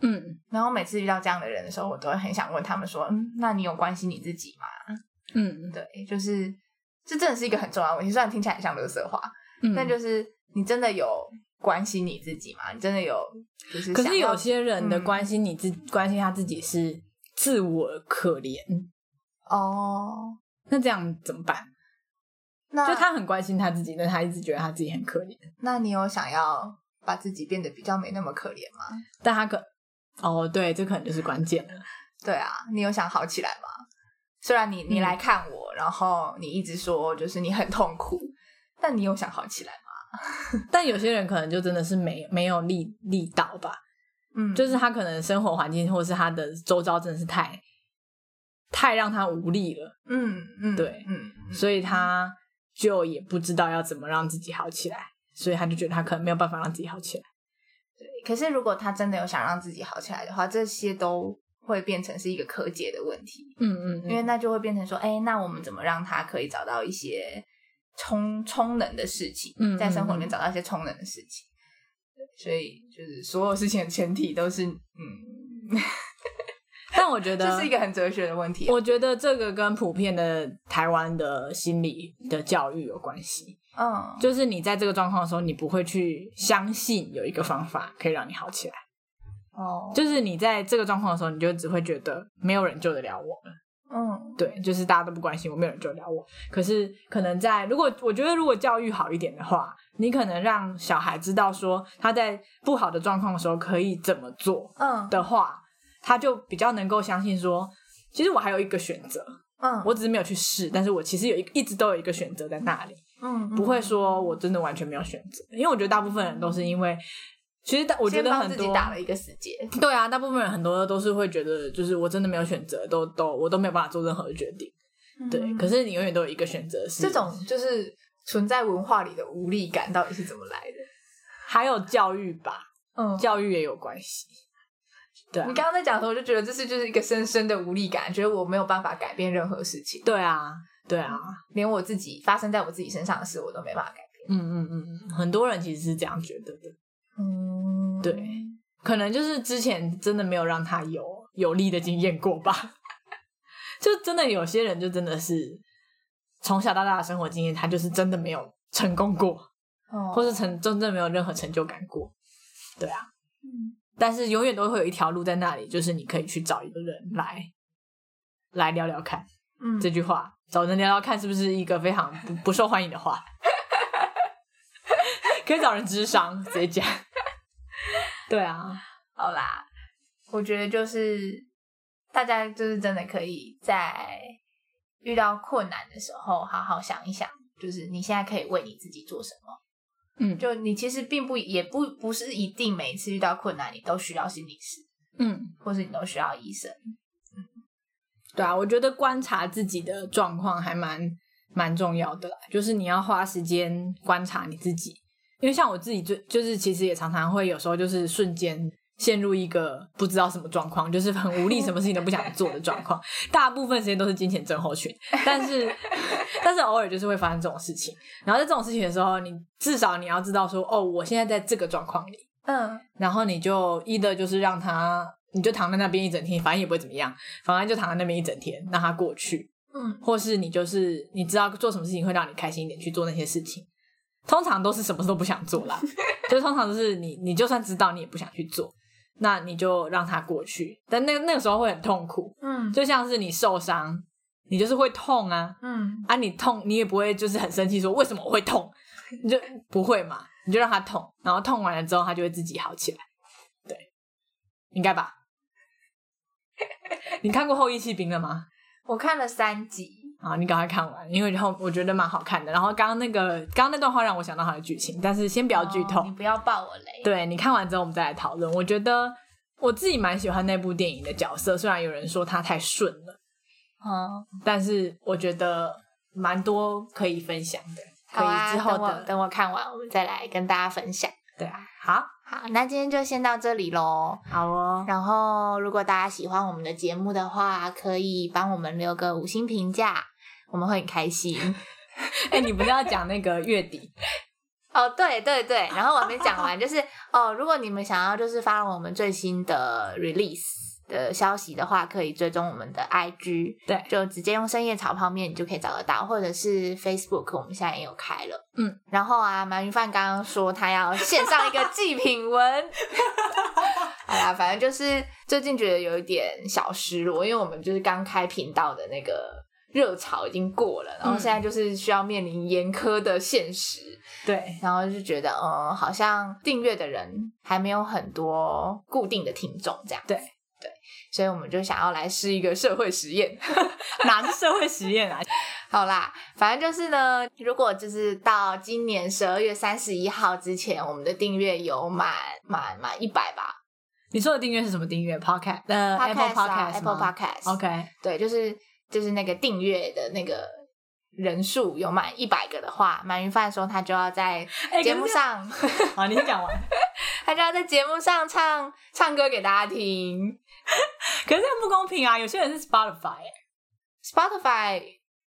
[SPEAKER 1] 嗯
[SPEAKER 2] 然后每次遇到这样的人的时候，我都会很想问他们说，嗯，那你有关心你自己吗？
[SPEAKER 1] 嗯
[SPEAKER 2] 对，就是这真的是一个很重要的问题，虽然听起来很像垃圾话，
[SPEAKER 1] 嗯
[SPEAKER 2] 但就是你真的有关心你自己吗？你真的有就是
[SPEAKER 1] 可
[SPEAKER 2] 想
[SPEAKER 1] 是
[SPEAKER 2] 要
[SPEAKER 1] 有些人的
[SPEAKER 2] 嗯
[SPEAKER 1] 关心你自、关心他自己是自我可怜，
[SPEAKER 2] 哦，
[SPEAKER 1] 那这样怎么办？
[SPEAKER 2] 那
[SPEAKER 1] 就他很关心他自己，但他一直觉得他自己很可怜，
[SPEAKER 2] 那你有想要把自己变得比较没那么可怜吗？
[SPEAKER 1] 但他可哦，对，这可能就是关键了。
[SPEAKER 2] 对啊，你有想好起来吗？虽然你你
[SPEAKER 1] 嗯
[SPEAKER 2] 来看我，然后你一直说就是你很痛苦，但你有想好起来吗？
[SPEAKER 1] 但有些人可能就真的是没没有力力道吧，
[SPEAKER 2] 嗯，
[SPEAKER 1] 就是他可能生活环境或是他的周遭真的是太太让他无力了，
[SPEAKER 2] 嗯嗯，
[SPEAKER 1] 对
[SPEAKER 2] 嗯，嗯
[SPEAKER 1] 所以他就也不知道要怎么让自己好起来，所以他就觉得他可能没有办法让自己好起来。
[SPEAKER 2] 对。可是如果他真的有想让自己好起来的话，这些都会变成是一个可解的问题，
[SPEAKER 1] 嗯嗯
[SPEAKER 2] 因为那就会变成说，哎、那我们怎么让他可以找到一些充充能的事情，
[SPEAKER 1] 嗯
[SPEAKER 2] 在生活里面找到一些充能的事情。对所以就是所有事情的前提都是，嗯，
[SPEAKER 1] 但我觉得
[SPEAKER 2] 这是一个很哲学的问题。
[SPEAKER 1] 我觉得这个跟普遍的台湾的心理的教育有关系，
[SPEAKER 2] 嗯，
[SPEAKER 1] 就是你在这个状况的时候，你不会去相信有一个方法可以让你好起来，
[SPEAKER 2] 哦，
[SPEAKER 1] 就是你在这个状况的时候，你就只会觉得没有人救得了我们，
[SPEAKER 2] 嗯
[SPEAKER 1] 对，就是大家都不关心我，没有人救得了我。可是可能在如果我觉得如果教育好一点的话，你可能让小孩知道说他在不好的状况的时候可以怎么做
[SPEAKER 2] 嗯
[SPEAKER 1] 的话，他就比较能够相信说，其实我还有一个选择，
[SPEAKER 2] 嗯，
[SPEAKER 1] 我只是没有去试，但是我其实有一一直都有一个选择在那里，
[SPEAKER 2] 嗯
[SPEAKER 1] 不会说我真的完全没有选择，因为我觉得大部分人都是因为，其实大我
[SPEAKER 2] 我
[SPEAKER 1] 觉得很
[SPEAKER 2] 自己
[SPEAKER 1] 多
[SPEAKER 2] 打了一个死结。
[SPEAKER 1] 对啊，大部分人很多都是会觉得，就是我真的没有选择，都都我都没有办法做任何的决定，对。
[SPEAKER 2] 嗯
[SPEAKER 1] 可是你永远都有一个选择是
[SPEAKER 2] 这种就是存在文化里的无力感到底是怎么来的？
[SPEAKER 1] 还有教育吧，
[SPEAKER 2] 嗯
[SPEAKER 1] 教育也有关系，对啊
[SPEAKER 2] 你，刚刚在讲的时候，我就觉得这是就是一个深深的无力感，觉得我没有办法改变任何事情，
[SPEAKER 1] 对啊，对啊，
[SPEAKER 2] 连我自己发生在我自己身上的事我都没办法改变。
[SPEAKER 1] 嗯嗯嗯，嗯很多人其实是这样觉得的。
[SPEAKER 2] 嗯
[SPEAKER 1] 对可能就是之前真的没有让他有有利的经验过吧。 就真的有些人就真的是从小到大的生活经验，他就是真的没有成功过，
[SPEAKER 2] 哦，
[SPEAKER 1] 或是成真正没有任何成就感过。对啊，
[SPEAKER 2] 嗯
[SPEAKER 1] 但是永远都会有一条路在那里，就是你可以去找一个人来来聊聊看。
[SPEAKER 2] 嗯
[SPEAKER 1] 这句话，找人聊聊看，是不是一个非常不不受欢迎的话？ 可以找人智商直接讲。 对啊，
[SPEAKER 2] 好啦，我觉得就是大家就是真的可以在遇到困难的时候，好好想一想，就是你现在可以为你自己做什么。
[SPEAKER 1] 嗯
[SPEAKER 2] 就你其实并不也不不是一定每一次遇到困难你都需要心理师，
[SPEAKER 1] 嗯，
[SPEAKER 2] 或是你都需要医生。
[SPEAKER 1] 对啊，我觉得观察自己的状况还蛮蛮重要的啦，就是你要花时间观察你自己，因为像我自己最就是其实也常常会有时候就是瞬间陷入一个不知道什么状况，就是很无力，什么事情都不想做的状况。大部分时间都是金钱症候群，但是但是偶尔就是会发生这种事情。然后在这种事情的时候，你至少你要知道说，哦，我现在在这个状况里，
[SPEAKER 2] 嗯
[SPEAKER 1] 然后你就一的就是让他，你就躺在那边一整天，反正也不会怎么样，反正就躺在那边一整天，让他过去，
[SPEAKER 2] 嗯
[SPEAKER 1] 或是你就是你知道做什么事情会让你开心一点，去做那些事情。通常都是什么都不想做啦，就是通常都是你你就算知道你也不想去做，那你就让他过去。但那那个时候会很痛苦，
[SPEAKER 2] 嗯
[SPEAKER 1] 就像是你受伤，你就是会痛啊，
[SPEAKER 2] 嗯
[SPEAKER 1] 啊，你痛你也不会就是很生气说为什么我会痛，你就不会嘛，你就让他痛，然后痛完了之后他就会自己好起来，对，应该吧？ 你看过《后羿弃兵》了吗？
[SPEAKER 2] 我看了三集。
[SPEAKER 1] 啊，你赶快看完，因为然后我觉得蛮好看的。然后刚刚那个刚刚那段话让我想到它的剧情，但是先不
[SPEAKER 2] 不
[SPEAKER 1] 要剧透。
[SPEAKER 2] 哦你不要爆我雷。，
[SPEAKER 1] 对你看完之后，我们再来讨论。我觉得我自己蛮喜欢那部电影的角色，虽然有人说他太顺了。
[SPEAKER 2] 嗯，
[SPEAKER 1] 但是我觉得蛮多可以分享的，可
[SPEAKER 2] 好
[SPEAKER 1] 以
[SPEAKER 2] 啊，
[SPEAKER 1] 之后
[SPEAKER 2] 等我
[SPEAKER 1] 的、
[SPEAKER 2] 等我看完，我们再来跟大家分享。
[SPEAKER 1] 对啊，好，
[SPEAKER 2] 好，那今天就先到这里喽。
[SPEAKER 1] 好哦，
[SPEAKER 2] 然后，如果大家喜欢我们的节目的话，可以帮我们留个五星评价，我们会很开心。
[SPEAKER 1] 哎、你不是要讲那个月底？
[SPEAKER 2] 哦，对对对，然后我还没讲完，就是哦，如果你们想要就是发我们最新的 release 的消息的话，可以追踪我们的 IG，
[SPEAKER 1] 对
[SPEAKER 2] 就直接用深夜炒泡面，你就可以找得到，或者是 Facebook，我们现在也有开了，
[SPEAKER 1] 嗯，
[SPEAKER 2] 然后啊，鳗鱼饭刚刚说他要献上一个祭品文。 好啦，反正就是最近觉得有一点小失落，因为我们就是刚开频道的那个热潮已经过了，
[SPEAKER 1] 嗯
[SPEAKER 2] 然后现在就是需要面临严苛的现实。
[SPEAKER 1] 对，
[SPEAKER 2] 然后就觉得，嗯，好像订阅的人还没有很多固定的听众这样。
[SPEAKER 1] 对
[SPEAKER 2] 对，所以我们就想要来试一个社会实验。
[SPEAKER 1] 哪是 社会实验啊？
[SPEAKER 2] 好啦，反正就是呢，如果就是到今年十二月三十一号之前，我们的订阅有满满满一百吧，
[SPEAKER 1] 你说的订阅是什么订阅？Podcast 呃 Apple
[SPEAKER 2] Podcast 啊
[SPEAKER 1] Podcast 吗
[SPEAKER 2] Apple Podcast，
[SPEAKER 1] OK，哎
[SPEAKER 2] 对，就是就是那个订阅的那个人数有满一百个的话，鳗鱼饭说他就要在
[SPEAKER 1] 哎
[SPEAKER 2] 节目，上，
[SPEAKER 1] 可是好，哦你先讲完。
[SPEAKER 2] 他就要在节目上唱唱歌给大家听。
[SPEAKER 1] 可是这样不公平啊！有些人是 Spotify，欸
[SPEAKER 2] Spotify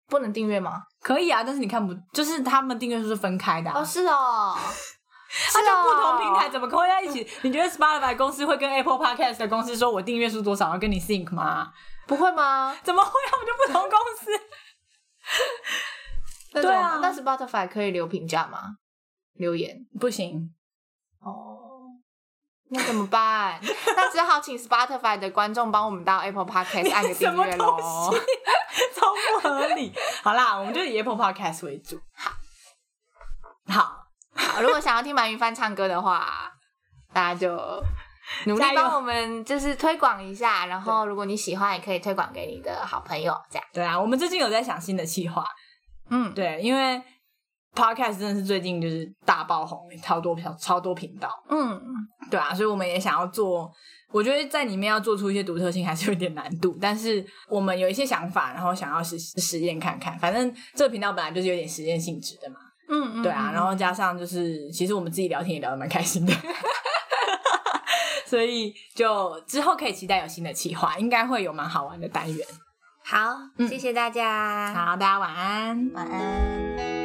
[SPEAKER 2] 不能订阅吗？
[SPEAKER 1] 可以啊，但是你看不，就是他们订阅数是分开的、啊，
[SPEAKER 2] 哦，是哦， 是
[SPEAKER 1] 它就不同
[SPEAKER 2] 哦
[SPEAKER 1] 平台怎么可以在一起？你觉得 Spotify 公司会跟 Apple Podcast 的公司说我订阅数多少要跟你 sync 吗？
[SPEAKER 2] 不会吗？
[SPEAKER 1] 怎么会？他们就不同公司。
[SPEAKER 2] 那
[SPEAKER 1] 对
[SPEAKER 2] 种
[SPEAKER 1] 啊
[SPEAKER 2] 那 Spotify 可以留评价吗？留言
[SPEAKER 1] 不行，
[SPEAKER 2] 哦，那怎么办？ 那只好请 Spotify 的观众帮我们到 Apple Podcast 按个
[SPEAKER 1] 什
[SPEAKER 2] 订
[SPEAKER 1] 么
[SPEAKER 2] 阅
[SPEAKER 1] 东
[SPEAKER 2] 喽
[SPEAKER 1] 西。， 超不合理。 好啦，我们就以 Apple Podcast 为主。好，好，
[SPEAKER 2] 好如果想要听鳗鱼饭唱歌的话，大家就努力
[SPEAKER 1] 加油
[SPEAKER 2] 帮我们就是推广一下。然后，如果你喜欢，也可以推广给你的好朋友，这样。
[SPEAKER 1] 对啊，我们最近有在想新的计划，
[SPEAKER 2] 嗯，
[SPEAKER 1] 对，因为 Podcast 真的是最近就是大爆红，超多超超多频道。
[SPEAKER 2] 嗯，
[SPEAKER 1] 对啊，所以我们也想要做，我觉得在里面要做出一些独特性还是有点难度，但是我们有一些想法，然后想要实实验看看。反正这个频道本来就是有点实验性质的嘛，
[SPEAKER 2] 嗯嗯，
[SPEAKER 1] 对啊，然后加上就是其实我们自己聊天也聊得蛮开心的。 所以就之后可以期待有新的企划，应该会有蛮好玩的单元。
[SPEAKER 2] 好，
[SPEAKER 1] 嗯
[SPEAKER 2] 谢谢大家，
[SPEAKER 1] 好，大家晚安。
[SPEAKER 2] 晚安。